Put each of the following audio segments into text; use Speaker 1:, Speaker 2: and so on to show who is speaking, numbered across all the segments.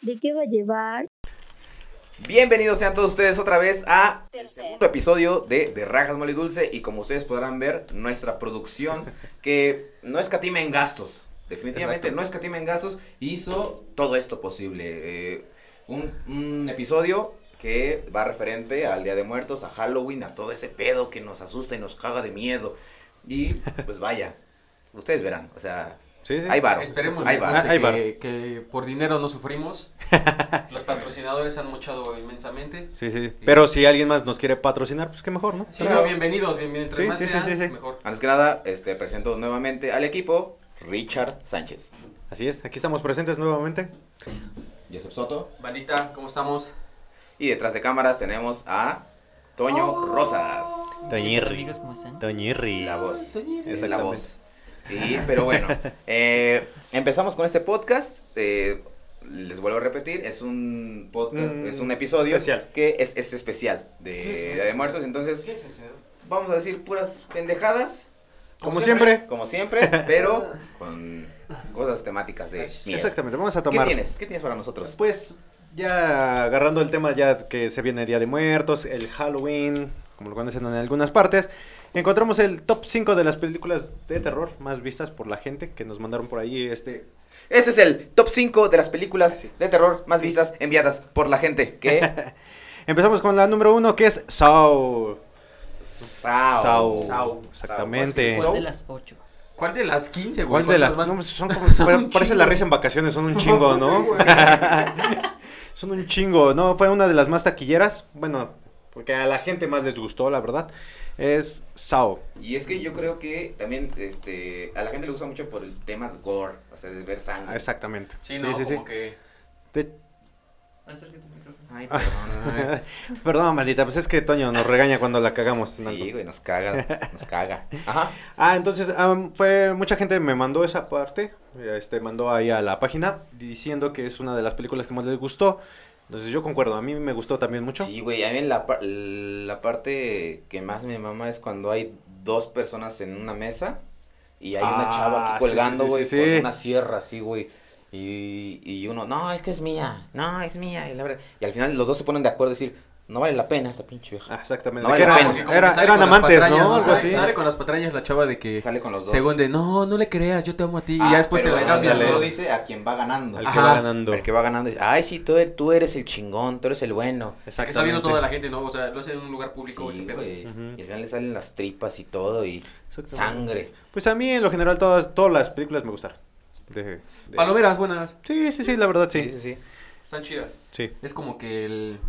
Speaker 1: ¿De qué va a llevar?
Speaker 2: Bienvenidos sean todos ustedes otra vez a el segundo episodio de De Rajas Mole Dulce y como ustedes podrán ver, nuestra producción que no escatima en gastos, definitivamente
Speaker 3: Exacto.
Speaker 2: no escatima en gastos, hizo todo esto posible. Eh, un, un episodio que va referente al Día de Muertos, a Halloween, a todo ese pedo que nos asusta y nos caga de miedo. Y pues vaya, ustedes verán, o sea,
Speaker 3: Sí, sí.
Speaker 2: hay varo.
Speaker 4: Esperemos
Speaker 2: hay
Speaker 4: les
Speaker 2: varo.
Speaker 4: conste
Speaker 3: Ahí va.
Speaker 4: que, que por dinero no sufrimos. Los patrocinadores han mochado inmensamente.
Speaker 3: Sí, sí. Pero si alguien más nos quiere patrocinar, pues qué mejor, ¿no?
Speaker 4: Sí,
Speaker 2: Claro.
Speaker 4: no, bienvenidos, bienvenidos.
Speaker 3: Sí,
Speaker 4: Entre más
Speaker 3: sí, sí,
Speaker 4: sean,
Speaker 3: sí, sí.
Speaker 4: mejor.
Speaker 2: Antes que nada, este, presento nuevamente al equipo Richard Sánchez.
Speaker 3: Así es, aquí estamos presentes nuevamente.
Speaker 2: Joseph Soto.
Speaker 4: Bandita, ¿cómo estamos?
Speaker 2: Y detrás de cámaras tenemos a Toño Rosas.
Speaker 5: ¿Qué tal,
Speaker 3: Toñirri.
Speaker 5: amigos? ¿Cómo están?
Speaker 3: Toñirri.
Speaker 2: La voz. Es la
Speaker 3: Exactamente.
Speaker 2: voz. Y, pero bueno, eh, empezamos con este podcast. eh, les vuelvo a repetir, es un podcast,
Speaker 3: Mm,
Speaker 2: es un episodio
Speaker 3: especial.
Speaker 2: que es, es especial de
Speaker 4: Sí, sí,
Speaker 2: Eh, Día de
Speaker 4: sí.
Speaker 2: Muertos. Entonces,
Speaker 4: ¿Qué es encendedor?
Speaker 2: vamos a decir puras pendejadas,
Speaker 3: Como siempre.
Speaker 2: como siempre, pero con cosas temáticas de miedo.
Speaker 3: Exactamente, vamos a
Speaker 2: ¿Qué
Speaker 3: tomar.
Speaker 2: tienes? ¿Qué tienes para nosotros?
Speaker 3: Pues ya agarrando el tema ya que se viene Día de Muertos, el Halloween, como lo conocen en algunas partes, encontramos el top 5 de las películas de terror más vistas por la gente que nos mandaron por ahí este
Speaker 2: Este es el top 5 de las películas de terror más vistas enviadas por la gente que...
Speaker 3: Empezamos con la número 1 que es Saw.
Speaker 2: Sao.
Speaker 3: Saw.
Speaker 4: Saw.
Speaker 3: Exactamente.
Speaker 2: Saw.
Speaker 5: ¿Cuál de las ocho?
Speaker 4: ¿Cuál de las 15, güey?
Speaker 3: ¿Cuál de las?
Speaker 4: ¿Cuántas van?
Speaker 3: No, son como,
Speaker 4: Son
Speaker 3: pa-
Speaker 4: un
Speaker 3: parece
Speaker 4: chingo.
Speaker 3: la risa en vacaciones, son un chingo, ¿no? son un chingo, ¿no? Fue una de las más taquilleras, bueno, porque a la gente más les gustó, la verdad, es Sao.
Speaker 2: Y es que yo creo que también este, a la gente le gusta mucho por el tema de gore, o sea, de ver sangre.
Speaker 3: Exactamente.
Speaker 4: Sí, no, como que...
Speaker 3: De-
Speaker 5: Acércate al micrófono.
Speaker 2: Ay, perdón.
Speaker 3: Perdón, maldita, pues es que Toño nos regaña cuando la cagamos. en algo.
Speaker 2: Sí, güey, nos caga, nos caga. Ajá.
Speaker 3: Ah, entonces, am, fue, mucha gente me mandó esa parte, eh, este, mandó ahí a la página diciendo que es una de las películas que más les gustó. Entonces yo concuerdo, a mí me gustó también mucho.
Speaker 2: Sí, güey, a mí la, par- la parte que más me mama es cuando hay dos personas en una mesa y hay una
Speaker 3: Ah,
Speaker 2: chava aquí
Speaker 3: sí,
Speaker 2: colgando,
Speaker 3: sí, sí,
Speaker 2: güey,
Speaker 3: sí,
Speaker 2: con
Speaker 3: sí.
Speaker 2: una sierra así, güey. Y, y uno, no, es que es mía, no, es mía. Y, la verdad- y al final los dos se ponen de acuerdo y decir, no vale la pena esta pinche vieja.
Speaker 3: Ah, exactamente.
Speaker 2: No
Speaker 3: que
Speaker 2: vale la
Speaker 3: era-
Speaker 2: pena,
Speaker 4: Porque como que
Speaker 3: era-
Speaker 4: sale
Speaker 3: eran
Speaker 4: con las
Speaker 3: amantes,
Speaker 4: patrañas,
Speaker 3: ¿no? Algo
Speaker 4: Sale-
Speaker 3: así.
Speaker 4: Sale con las patrañas la chava de que...
Speaker 2: Sale con los dos. Ah,
Speaker 4: Según de, no, no le creas, yo te amo a ti. y ya después se
Speaker 2: pero
Speaker 4: la
Speaker 2: ándale.
Speaker 4: cambias.
Speaker 2: Solo dice a quien va ganando.
Speaker 3: Al que va ganando.
Speaker 2: Al que va ganando. dice, Ay, sí, tú, er, tú eres el chingón, tú eres el bueno.
Speaker 4: Que está viendo toda la gente, ¿no? O sea, lo hacen en un lugar público
Speaker 2: Sí,
Speaker 4: ese pedo.
Speaker 2: güey.
Speaker 3: Ujú.
Speaker 2: Y al final le salen las tripas y todo y
Speaker 3: Exactamente.
Speaker 2: sangre.
Speaker 3: Pues a mí, en lo general, todas, todas las películas me gustaron. De- de-
Speaker 4: Palomeras buenas,
Speaker 3: Sí, sí, sí, la verdad, sí.
Speaker 2: sí.
Speaker 4: están chidas.
Speaker 3: Sí.
Speaker 4: Es como que el...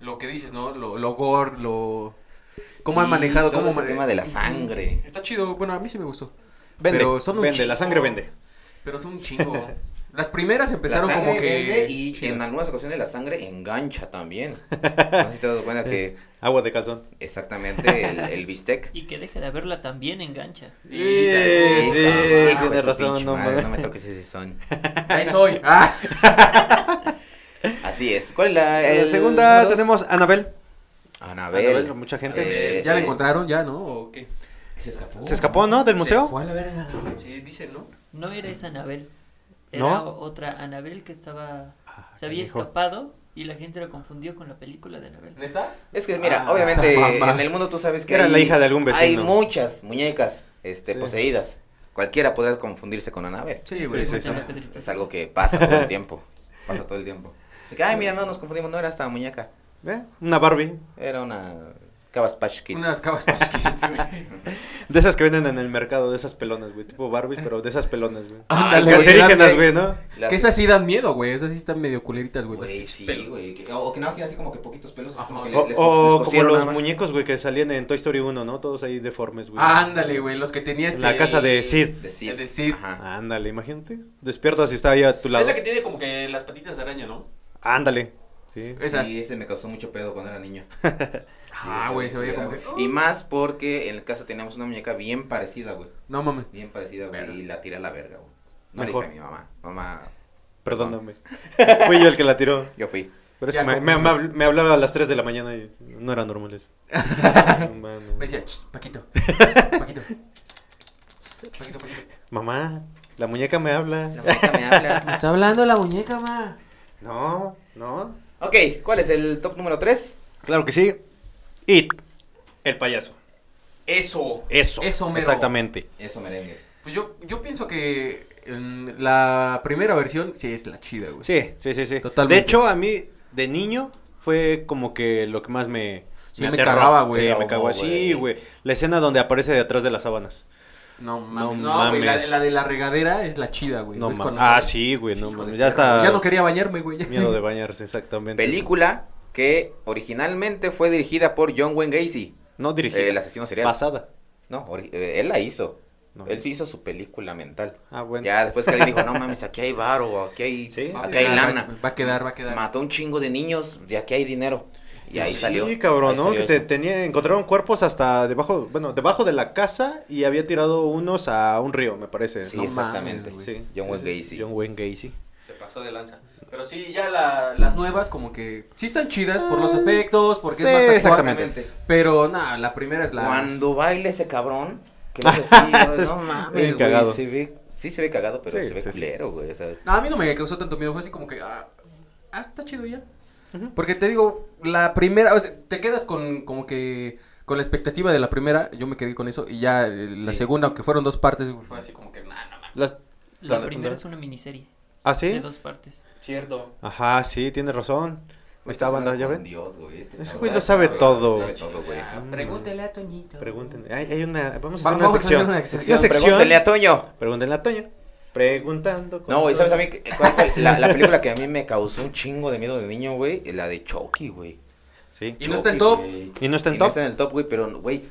Speaker 4: Lo que dices, ¿no? Lo, lo gore, lo... Cómo han
Speaker 2: Sí,
Speaker 4: manejado,
Speaker 2: todo
Speaker 4: cómo...
Speaker 2: ese
Speaker 4: mane-
Speaker 2: tema de la sangre.
Speaker 4: Está chido, bueno, a mí sí me gustó.
Speaker 3: Vende,
Speaker 4: Pero son un
Speaker 3: vende, la
Speaker 4: chingo.
Speaker 3: sangre vende.
Speaker 4: Pero es un chingo. Las primeras empezaron
Speaker 2: La
Speaker 4: como
Speaker 2: sangre
Speaker 4: que.
Speaker 2: vende Y en
Speaker 4: chidas.
Speaker 2: algunas ocasiones la sangre engancha también. No sé si te das cuenta que
Speaker 3: Agua de calzón.
Speaker 2: exactamente el, el bistec.
Speaker 5: Y que deje de verla también engancha.
Speaker 4: Y-
Speaker 3: Sí, sí,
Speaker 2: Hijo de
Speaker 3: tienes
Speaker 2: su
Speaker 3: razón,
Speaker 2: pinche
Speaker 3: no
Speaker 2: madre,
Speaker 3: mames.
Speaker 2: no me toques ese son.
Speaker 4: Ahí soy. Ah,
Speaker 2: Así es. ¿Cuál es la,
Speaker 4: Eh,
Speaker 3: En la
Speaker 2: el
Speaker 3: Eh, segunda
Speaker 2: número dos?
Speaker 3: tenemos Anabel.
Speaker 2: Anabel.
Speaker 3: Anabel, mucha gente.
Speaker 2: Eh,
Speaker 4: ya la
Speaker 2: eh,
Speaker 4: encontraron, ya, ¿no? ¿O qué?
Speaker 2: Se escapó.
Speaker 3: Se escapó, ¿no? Del museo.
Speaker 4: a la verga. Sí, dicen, ¿no?
Speaker 5: No era esa Anabel. Era
Speaker 3: ¿No?
Speaker 5: o- otra Anabel que estaba.
Speaker 3: Ah,
Speaker 5: se había
Speaker 3: canijo.
Speaker 5: escapado y la gente la confundió con la película de Anabel.
Speaker 4: ¿Neta?
Speaker 2: Es que mira,
Speaker 3: Ah,
Speaker 2: obviamente
Speaker 4: esa mamá.
Speaker 2: en el mundo tú sabes que
Speaker 3: Era
Speaker 2: hay-
Speaker 3: la hija de algún vecino.
Speaker 2: Hay muchas muñecas este,
Speaker 3: Sí.
Speaker 2: poseídas. Cualquiera podrá confundirse con Anabel.
Speaker 4: Sí, güey.
Speaker 3: Sí, sí,
Speaker 5: Cuéntame,
Speaker 3: sí.
Speaker 5: Pedrito.
Speaker 2: Es algo que pasa todo el tiempo. Pasa todo el tiempo. De que, Ay, mira, no nos confundimos, no era esta muñeca.
Speaker 3: ¿Eh? Una Barbie.
Speaker 2: Era una Cabas Patch Kid.
Speaker 4: Unas cabas más chiquitas, güey.
Speaker 3: De esas que venden en el mercado, de esas pelonas, güey. Tipo Barbie, pero de esas pelonas, güey.
Speaker 4: Ándale,
Speaker 3: Ay,
Speaker 4: güey,
Speaker 3: Cancerígenas,
Speaker 4: dale.
Speaker 3: güey, ¿no?
Speaker 2: Las-
Speaker 4: Que esas sí dan miedo, güey. Esas sí están medio culeritas, güey.
Speaker 2: Güey,
Speaker 4: Las
Speaker 2: sí,
Speaker 4: pelo.
Speaker 2: güey. que- O que nada más tiene así como que poquitos pelos. así como que
Speaker 4: Ajá.
Speaker 2: les-
Speaker 3: O,
Speaker 2: les-
Speaker 3: o
Speaker 2: les
Speaker 3: como
Speaker 2: cosieron
Speaker 3: los
Speaker 2: nada más.
Speaker 3: muñecos, güey, que salían en Toy Story 1, ¿no? Todos ahí deformes, güey.
Speaker 4: Ándale, güey. Los que tenía
Speaker 3: En
Speaker 4: este.
Speaker 3: la casa de Sid.
Speaker 2: De Sid.
Speaker 4: El de Sid.
Speaker 2: Ajá.
Speaker 3: Ándale, imagínate. Despiertas y está ahí a tu lado.
Speaker 4: Es la que tiene como que las patitas de araña, ¿no?
Speaker 3: Ándale. Sí.
Speaker 4: Esa.
Speaker 2: Sí, ese me causó mucho pedo cuando era niño.
Speaker 4: Ah, güey, se veía como que.
Speaker 2: Y más porque en casa teníamos una muñeca bien parecida, güey.
Speaker 4: No mames.
Speaker 2: Bien parecida, güey.
Speaker 4: Verga.
Speaker 2: Y la tiré a la verga, güey. No le
Speaker 3: Mejor.
Speaker 2: dije a mi mamá. Mamá,
Speaker 3: Perdóname. Fui yo el que la tiró.
Speaker 2: yo fui.
Speaker 3: Pero es
Speaker 4: Ah. Ya,
Speaker 3: que me,
Speaker 4: como-
Speaker 3: me- me habl- me hablaba a las 3 de la mañana y no era normal eso. No mames.
Speaker 4: Me decía, "Shh, Paquito, Paquito. Paquito, Paquito.
Speaker 3: Mamá, la muñeca me
Speaker 2: La
Speaker 3: habla.
Speaker 2: muñeca me habla.
Speaker 4: Está hablando la muñeca, ma.
Speaker 3: No, no.
Speaker 2: Ok, ¿cuál es el top número 3?
Speaker 3: Claro que sí. It, el payaso.
Speaker 4: Eso.
Speaker 3: Eso.
Speaker 4: Eso mero.
Speaker 3: Exactamente.
Speaker 2: Eso, merengues.
Speaker 4: Pues yo, yo pienso que mm, la primera versión sí es la chida, güey.
Speaker 3: Sí, sí, sí, sí.
Speaker 4: Totalmente.
Speaker 3: De hecho, a mí, de niño, fue como que lo que más me...
Speaker 4: Sí, me cagaba, güey. Oh,
Speaker 3: Sí, me cagó así, güey. La escena donde aparece detrás de las sábanas.
Speaker 4: No
Speaker 3: No
Speaker 4: mames. No, güey, la,
Speaker 3: mames.
Speaker 4: la de la regadera es la chida, güey.
Speaker 3: No
Speaker 4: Es
Speaker 3: mames.
Speaker 4: cuando
Speaker 3: Ah,
Speaker 4: sale.
Speaker 3: sí, güey, no
Speaker 2: Hijo de
Speaker 3: mames.
Speaker 2: perra.
Speaker 3: Ya está...
Speaker 4: Ya no quería bañarme, güey.
Speaker 3: Miedo de bañarse, exactamente.
Speaker 2: Película que originalmente fue dirigida por John Wayne Gacy,
Speaker 3: No dirigida.
Speaker 2: el asesino serial.
Speaker 3: Pasada.
Speaker 2: No, ori- eh, él la hizo.
Speaker 3: No.
Speaker 2: Él sí hizo su película mental.
Speaker 3: Ah, bueno.
Speaker 2: Ya después que alguien dijo, no mames, aquí hay varo, o aquí hay,
Speaker 3: Sí,
Speaker 4: Va a
Speaker 2: aquí hay
Speaker 4: quedar,
Speaker 2: lana.
Speaker 4: Ah, va- Va a quedar, va a quedar.
Speaker 2: Mató un chingo de niños, y aquí hay dinero. Y ahí
Speaker 3: sí,
Speaker 2: salió.
Speaker 3: cabrón,
Speaker 2: Ahí
Speaker 3: ¿no?
Speaker 2: salió
Speaker 3: Que te
Speaker 2: eso.
Speaker 3: tenía, encontraron cuerpos hasta debajo, bueno, debajo de la casa y había tirado unos a un río, me parece.
Speaker 2: Sí,
Speaker 3: ¿no?
Speaker 4: mames,
Speaker 2: exactamente.
Speaker 4: güey.
Speaker 3: Sí,
Speaker 2: John
Speaker 3: sí,
Speaker 2: Wayne
Speaker 3: sí.
Speaker 2: Gacy.
Speaker 3: John Wayne Gacy.
Speaker 4: Se pasó de lanza. Pero sí, ya la- las nuevas como que sí están chidas por los efectos, porque
Speaker 3: Ah, Sí,
Speaker 4: es más actual.
Speaker 3: exactamente.
Speaker 4: Pero nada, la primera es la...
Speaker 2: Cuando baila ese cabrón, que ves así, no, no mames,
Speaker 3: Bien
Speaker 2: güey,
Speaker 3: cagado.
Speaker 2: se ve- sí se ve cagado, pero
Speaker 3: Sí,
Speaker 2: se ve
Speaker 3: sí, sí.
Speaker 2: culero, güey. o sea,
Speaker 4: No, a mí no me causó tanto miedo, fue así como que... Ah, ah, está chido ya. Porque te digo, la primera, o sea, te quedas con como que... Con la expectativa de la primera, yo me quedé con eso. Y ya eh, la
Speaker 2: Sí.
Speaker 4: segunda, aunque fueron dos partes, fue así como que... Nah, nah, nah.
Speaker 3: Las-
Speaker 5: La
Speaker 3: Claro,
Speaker 5: primera
Speaker 3: claro.
Speaker 5: es una miniserie
Speaker 3: ¿Ah,
Speaker 5: de
Speaker 3: sí?
Speaker 5: dos partes.
Speaker 4: Cierto.
Speaker 3: Ajá, sí, tienes razón. Me
Speaker 2: Pues este
Speaker 3: estaba banda, ¿ya
Speaker 2: con
Speaker 3: ven?
Speaker 2: Dios, güey. este
Speaker 3: Ese
Speaker 2: cabrón
Speaker 3: güey lo
Speaker 2: sabe
Speaker 3: sabe
Speaker 2: todo.
Speaker 3: todo.
Speaker 2: Sabe todo, güey.
Speaker 4: Pregúntele a Toñito.
Speaker 3: Pregúntenle. Hay, hay una, vamos a hacer
Speaker 4: Vamos
Speaker 3: una
Speaker 4: a hacer
Speaker 3: sección.
Speaker 4: una
Speaker 3: Una
Speaker 4: sección,
Speaker 3: sección.
Speaker 2: Pregúntele a Toño.
Speaker 3: Pregúntenle a Toño. Preguntando. con
Speaker 2: No, güey, ¿sabes a
Speaker 3: Toño.
Speaker 2: mí qué- cuál fue la, la película que a mí me causó un chingo de miedo de niño, güey? La de Chucky, güey.
Speaker 3: Sí.
Speaker 4: Y no está
Speaker 2: Chucky,
Speaker 4: en top.
Speaker 2: güey.
Speaker 3: ¿Y no está en
Speaker 2: Y
Speaker 3: top?
Speaker 2: No está en el top, güey, pero, güey,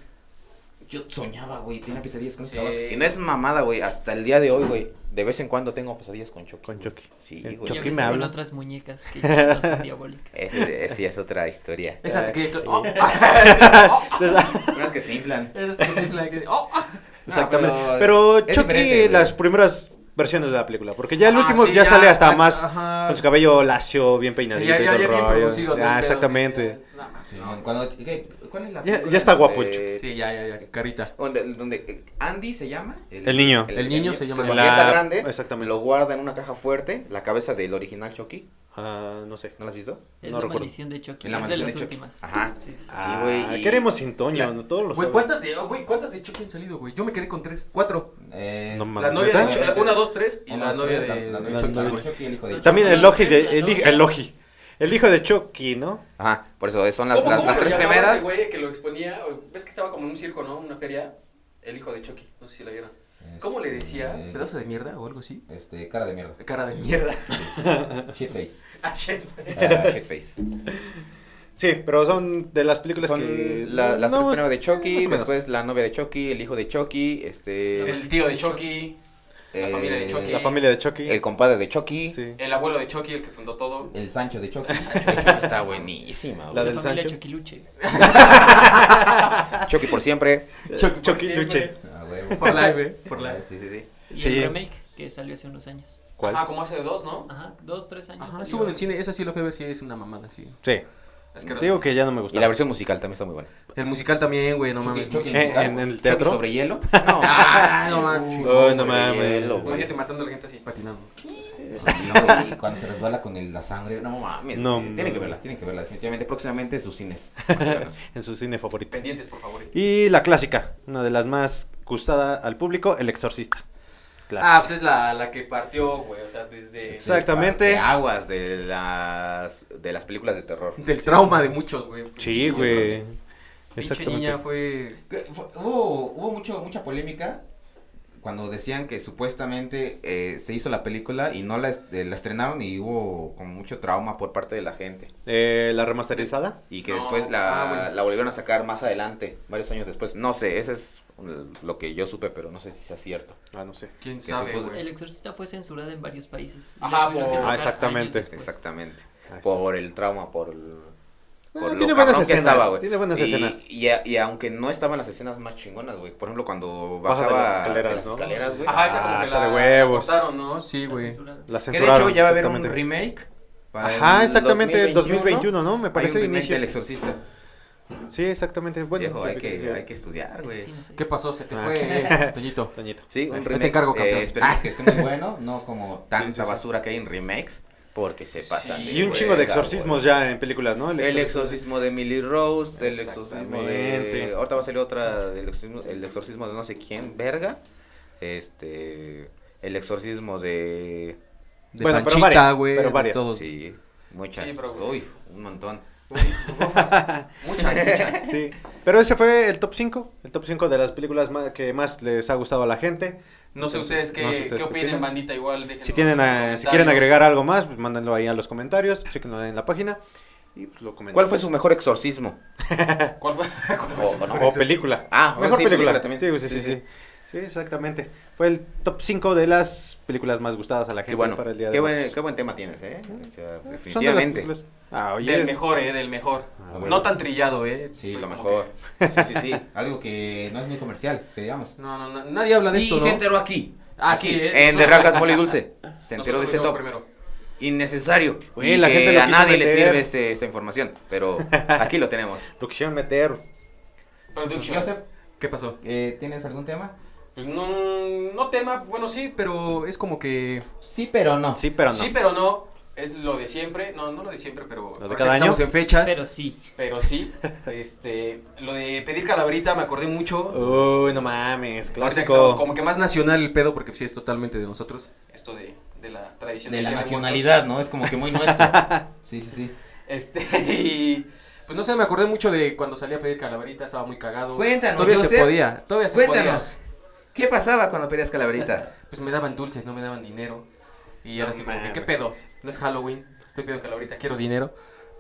Speaker 2: yo soñaba, güey, tenía pesadillas con
Speaker 4: Sí.
Speaker 2: ese cabrón. Y no es mamada, güey, hasta el día de hoy, güey, de vez en cuando tengo pesadillas con Chucky.
Speaker 3: Con
Speaker 2: güey.
Speaker 3: Chucky.
Speaker 2: Sí, güey.
Speaker 3: El
Speaker 5: Y a
Speaker 3: Chucky
Speaker 5: veces
Speaker 3: me
Speaker 5: con
Speaker 3: habla.
Speaker 5: otras muñecas que ya no son diabólicas.
Speaker 2: Ese- ese ya es otra historia.
Speaker 4: Esa te quedé... oh,
Speaker 2: Unas que se inflan.
Speaker 4: esa te quedé- la que- oh, ah.
Speaker 3: Exactamente.
Speaker 2: Ah,
Speaker 3: pero
Speaker 2: es diferente,
Speaker 3: Chucky,
Speaker 2: güey.
Speaker 3: las primeras versiones de la película. Porque ya el
Speaker 4: Ah,
Speaker 3: último
Speaker 4: sí,
Speaker 3: ya,
Speaker 4: ya,
Speaker 3: sale hasta
Speaker 4: ah,
Speaker 3: más
Speaker 4: ajá.
Speaker 3: con su cabello lacio, bien peinadito.
Speaker 4: Ya,
Speaker 3: y
Speaker 4: ya,
Speaker 3: todo
Speaker 4: ya
Speaker 3: el
Speaker 4: bien
Speaker 3: rollo.
Speaker 4: producido.
Speaker 3: Ah,
Speaker 4: del
Speaker 3: exactamente.
Speaker 4: pedo, sí, ya. No, mames.
Speaker 2: Sí, no, cuando- ¿qué- ¿Cuál es la
Speaker 3: Ya-
Speaker 2: película
Speaker 3: ya está guapo el
Speaker 2: de-
Speaker 4: Sí, ya, ya, ya, carita.
Speaker 2: Donde, donde, eh, Andy se llama.
Speaker 3: El niño.
Speaker 4: El niño se llama
Speaker 2: que Cuando ya
Speaker 3: Andy.
Speaker 2: está
Speaker 3: La-
Speaker 2: grande,
Speaker 3: exactamente.
Speaker 2: lo guarda en una caja fuerte, la cabeza del original Chucky.
Speaker 3: Ah, no sé.
Speaker 2: ¿No la has visto?
Speaker 5: Es
Speaker 3: No
Speaker 5: la
Speaker 3: recuerdo.
Speaker 5: maldición de Chucky,
Speaker 2: En la
Speaker 5: es de
Speaker 2: maldición
Speaker 5: las
Speaker 2: de Chucky.
Speaker 5: últimas.
Speaker 2: Ajá.
Speaker 5: Sí, sí, sí.
Speaker 3: Ah,
Speaker 2: güey, y-
Speaker 3: Queremos sin Toño, no todos lo
Speaker 4: Güey,
Speaker 3: saben.
Speaker 4: ¿cuántas, de- oh, güey, ¿cuántas de Chucky han salido, güey? Yo me quedé con tres, cuatro.
Speaker 2: Eh,
Speaker 3: No mames.
Speaker 4: La novia de
Speaker 3: ¿neta?
Speaker 4: Chucky, una, dos, tres, y
Speaker 2: Una,
Speaker 4: la
Speaker 2: dos,
Speaker 4: novia
Speaker 2: tres,
Speaker 4: de
Speaker 2: la- la
Speaker 4: de
Speaker 2: novia
Speaker 4: Chucky,
Speaker 2: de
Speaker 4: güey.
Speaker 2: Chucky, el hijo de
Speaker 5: Son-
Speaker 2: Chucky.
Speaker 3: También el
Speaker 5: No,
Speaker 3: Logi
Speaker 5: no,
Speaker 3: de, el,
Speaker 5: no,
Speaker 3: hij-
Speaker 5: no.
Speaker 3: el Logi. El hijo de Chucky, ¿no?
Speaker 2: Ajá, por eso son las,
Speaker 4: ¿Cómo,
Speaker 2: las,
Speaker 4: cómo
Speaker 2: las
Speaker 4: lo
Speaker 2: tres
Speaker 4: llamaba
Speaker 2: primeras.
Speaker 4: ese güey que lo exponía? O- Ves que estaba como en un circo, ¿no? Una feria. El hijo de Chucky, no sé si la vieron. ¿Cómo le decía?
Speaker 2: Este, Eh,
Speaker 4: ¿Pedazo de mierda o algo así?
Speaker 2: Este, cara de mierda.
Speaker 4: Cara de mierda.
Speaker 2: Shitface.
Speaker 4: Ah, shit, güey.
Speaker 2: Ah, shitface.
Speaker 3: Sí, pero son de las películas
Speaker 2: Son
Speaker 3: que.
Speaker 2: la- las
Speaker 3: no,
Speaker 2: tres primeras de
Speaker 3: más
Speaker 2: Chucky,
Speaker 3: o menos.
Speaker 2: después la novia de Chucky, el hijo de Chucky, este...
Speaker 4: El tío de Chucky, la
Speaker 2: eh,
Speaker 4: familia de Chucky.
Speaker 3: La familia de Chucky.
Speaker 2: El compadre de Chucky.
Speaker 3: Sí.
Speaker 4: el abuelo de Chucky, el que fundó todo.
Speaker 2: El Sancho de Chucky. Esa está buenísima,
Speaker 3: La
Speaker 5: La,
Speaker 2: güey.
Speaker 3: del
Speaker 5: familia
Speaker 3: Sancho.
Speaker 5: Chuquiluche.
Speaker 2: Chucky por siempre.
Speaker 4: Chucky, por
Speaker 3: Chucky
Speaker 4: siempre.
Speaker 3: Luche.
Speaker 4: Por live, eh, por live.
Speaker 2: Ah, Sí, sí, sí.
Speaker 5: Y
Speaker 3: Sí.
Speaker 5: el remake que salió hace unos años.
Speaker 3: ¿Cuál?
Speaker 4: Ajá, Ah, como hace dos, ¿no?
Speaker 5: Ajá, dos, tres años.
Speaker 4: Ajá,
Speaker 5: salió.
Speaker 4: estuvo en el cine, esa sí la fui a ver, sí, es una mamada, sí.
Speaker 3: Sí.
Speaker 4: Asqueroso.
Speaker 3: Digo que ya no
Speaker 2: Y
Speaker 3: me
Speaker 2: la
Speaker 3: gusta.
Speaker 2: versión musical también está muy buena.
Speaker 4: El musical también, güey, no mames.
Speaker 2: Chucky
Speaker 3: ¿En-
Speaker 2: musical.
Speaker 3: en el
Speaker 2: Chucky
Speaker 3: teatro?
Speaker 2: sobre hielo. No.
Speaker 4: Ah, no mames.
Speaker 2: Uy,
Speaker 3: Oh, no
Speaker 2: sobre
Speaker 3: mames.
Speaker 2: hielo, güey.
Speaker 4: Imagínate matando a la gente así, patinando.
Speaker 2: Sí, güey, y cuando se resbala con el- la sangre, no mames.
Speaker 3: No
Speaker 2: güey. tienen
Speaker 3: mames.
Speaker 2: que verla, tienen que verla, definitivamente. Próximamente en sus cines. más cercanos.
Speaker 3: En su cine favorito.
Speaker 4: Pendientes, por favor. eh.
Speaker 3: Y la clásica, una de las más gustada al público, El Exorcista.
Speaker 4: Ah,
Speaker 3: Clásica.
Speaker 4: pues es la, la que partió, güey, o sea, desde...
Speaker 3: Sí. Exactamente.
Speaker 2: De aguas de las, de las películas de terror.
Speaker 4: Del trauma de muchos, güey.
Speaker 3: sí, güey.
Speaker 4: Pinche
Speaker 3: Exactamente.
Speaker 4: niña fue...
Speaker 2: Que fue- Hubo, hubo mucho, mucha polémica cuando decían que supuestamente eh, se hizo la película y no la, est- eh, la estrenaron y hubo como mucho trauma por parte de la gente.
Speaker 3: Eh, la remasterizada.
Speaker 2: Y que
Speaker 4: No,
Speaker 2: después la,
Speaker 4: ah, bueno.
Speaker 2: la volvieron a sacar más adelante, varios años después. No sé, ese es mm, lo que yo supe, pero no sé si sea cierto.
Speaker 3: Ah, no sé.
Speaker 4: ¿Quién
Speaker 2: Que
Speaker 4: sabe,
Speaker 2: supuso-
Speaker 4: güey?
Speaker 5: El exorcista fue censurada en varios países.
Speaker 4: Ajá,
Speaker 5: tuvieron que
Speaker 4: por-
Speaker 5: sacar
Speaker 3: Ah, exactamente,
Speaker 5: años después.
Speaker 2: Exactamente.
Speaker 3: Ahí está.
Speaker 2: Por el trauma, por el...
Speaker 3: Ah,
Speaker 2: por lo
Speaker 3: tiene
Speaker 2: cabrón
Speaker 3: buenas
Speaker 2: que
Speaker 3: escenas.
Speaker 2: estaba, güey.
Speaker 3: tiene buenas
Speaker 2: y,
Speaker 3: escenas.
Speaker 2: Y, a- y aunque no estaban las escenas más chingonas, güey. Por ejemplo, cuando
Speaker 3: Baja de
Speaker 2: bajaba
Speaker 3: las escaleras,
Speaker 2: de las
Speaker 3: ¿no?
Speaker 2: escaleras, güey.
Speaker 4: Ajá, esa
Speaker 3: Ah,
Speaker 4: como que
Speaker 3: está
Speaker 4: la...
Speaker 3: de huevos.
Speaker 4: la cortaron, ¿no? Sí,
Speaker 5: La
Speaker 4: güey.
Speaker 5: censuraron.
Speaker 3: La
Speaker 2: Que de hecho
Speaker 3: censuraron.
Speaker 2: ya va a haber un
Speaker 3: exactamente.
Speaker 2: remake Para
Speaker 3: Ajá,
Speaker 2: el
Speaker 3: exactamente, el 2021, ¿no? Me
Speaker 2: Hay un
Speaker 3: parece
Speaker 2: Pimentel
Speaker 3: inicio.
Speaker 2: exorcista.
Speaker 3: Sí, exactamente. Bueno,
Speaker 2: Viejo, hay que,
Speaker 3: ya-
Speaker 2: hay que estudiar, güey.
Speaker 5: Sí, no sé.
Speaker 6: ¿Qué pasó? Se te
Speaker 3: Ah.
Speaker 6: fue, Toñito.
Speaker 3: Toñito.
Speaker 2: Sí, un
Speaker 6: Ahí te
Speaker 2: remake.
Speaker 6: encargo, campeón.
Speaker 2: eh, esperemos que esté muy bueno, no como tanta
Speaker 3: sí, sí.
Speaker 2: basura que hay en remakes, porque se pasan.
Speaker 3: Y un chingo de
Speaker 2: hueva,
Speaker 3: exorcismos
Speaker 2: güey.
Speaker 3: ya en películas, ¿no?
Speaker 2: El exorcismo de Millie Rose, el exorcismo de...
Speaker 3: Exactamente.
Speaker 2: Ahorita va a salir otra, del exorcismo, el exorcismo de no sé quién, verga. Este... El exorcismo de...
Speaker 6: De
Speaker 3: Bueno, pero
Speaker 6: Panchita,
Speaker 3: varias,
Speaker 6: güey,
Speaker 3: pero
Speaker 6: de
Speaker 3: varias,
Speaker 6: todos.
Speaker 2: Sí, muchas.
Speaker 4: Sí, pero-
Speaker 2: Uy, un montón.
Speaker 4: Muchas, muchas.
Speaker 3: Sí. Pero ese fue el top 5. El top 5 de las películas más- que más les ha gustado a la gente.
Speaker 4: No sé
Speaker 3: Entonces,
Speaker 4: ustedes qué,
Speaker 3: no sé ustedes
Speaker 4: qué
Speaker 3: qué
Speaker 4: opinan,
Speaker 3: opinan.
Speaker 4: bandita, igual. déjenos
Speaker 3: Si, tienen,
Speaker 4: en los
Speaker 3: eh, si
Speaker 4: comentarios.
Speaker 3: quieren agregar algo más, pues mándenlo ahí a los comentarios. Chequenlo en la página. Y pues lo comentan.
Speaker 2: ¿Cuál fue su mejor exorcismo?
Speaker 4: ¿Cuál fue? ¿Cuál fue su-
Speaker 2: O- Oh, no,
Speaker 3: O película.
Speaker 2: Ah,
Speaker 3: mejor
Speaker 2: sí,
Speaker 3: película.
Speaker 2: película también.
Speaker 3: Sí, sí, sí, sí. Sí, exactamente. Fue el top 5 de las películas más gustadas a la
Speaker 2: Qué
Speaker 3: gente
Speaker 2: bueno.
Speaker 3: para el día de
Speaker 2: qué,
Speaker 3: hoy.
Speaker 2: buen, qué buen tema tienes, ¿eh? O sea,
Speaker 3: Son de las
Speaker 2: definitivamente.
Speaker 3: películas. Ah, oye.
Speaker 4: Del mejor, eh, del mejor.
Speaker 3: Ah,
Speaker 4: no
Speaker 2: bueno.
Speaker 4: tan trillado, eh.
Speaker 2: Sí,
Speaker 4: Fue
Speaker 2: lo
Speaker 4: como
Speaker 2: mejor. Sí, sí, sí. Algo que no es muy comercial, que digamos.
Speaker 6: No, no, no, nadie habla de
Speaker 2: y
Speaker 6: esto, ¿no?
Speaker 2: se enteró aquí.
Speaker 4: Ah, sí, ¿eh?
Speaker 2: En De
Speaker 4: Nosotros-
Speaker 2: Rajas Mole y Dulce. Se
Speaker 4: que
Speaker 2: enteró de ese
Speaker 4: nosotros
Speaker 2: top.
Speaker 4: fuimos primero.
Speaker 2: Innecesario.
Speaker 3: Güey,
Speaker 2: Y
Speaker 3: la
Speaker 2: que
Speaker 3: gente lo
Speaker 2: a
Speaker 3: quiso
Speaker 2: nadie le
Speaker 3: meter.
Speaker 2: sirve ese- esa información. Pero aquí lo tenemos.
Speaker 3: Lo quisieron meter.
Speaker 4: Production.
Speaker 2: Joseph,
Speaker 6: ¿Qué pasó?
Speaker 2: eh, ¿tienes algún tema?
Speaker 4: Pues no, no tema, bueno sí,
Speaker 6: Pero es como que...
Speaker 2: Sí, pero no.
Speaker 3: Sí, pero no.
Speaker 4: sí, pero no. Es lo de siempre, no, no lo de siempre, pero.
Speaker 3: Lo de
Speaker 6: ahorita
Speaker 3: cada año.
Speaker 6: Estamos en fechas.
Speaker 5: Pero sí.
Speaker 4: Pero sí, este, lo de pedir calaverita me acordé mucho.
Speaker 3: Uy, no mames,
Speaker 4: Ahorita que estamos
Speaker 3: Uh, clásico.
Speaker 4: como que más
Speaker 6: nacional el pedo porque sí es totalmente de nosotros.
Speaker 4: esto de, de la tradición
Speaker 2: De
Speaker 4: del
Speaker 2: la
Speaker 4: Día de Muertos.
Speaker 2: nacionalidad, ¿no? Es como que muy nuestro. Sí, sí, sí.
Speaker 4: Este, y pues no sé, me acordé mucho de cuando salía a pedir calaverita, estaba muy cagado.
Speaker 2: Cuéntanos,
Speaker 6: Todavía se
Speaker 2: Joseph.
Speaker 6: podía.
Speaker 4: Todavía se
Speaker 2: Cuéntanos. ¿Qué pasaba cuando pedías calaverita?
Speaker 4: podía. Pues me daban dulces, no me daban dinero. Y
Speaker 3: No
Speaker 4: ahora sí, como que,
Speaker 3: mames.
Speaker 4: ¿qué pedo? No es Halloween, estoy pidiendo calaverita, quiero dinero.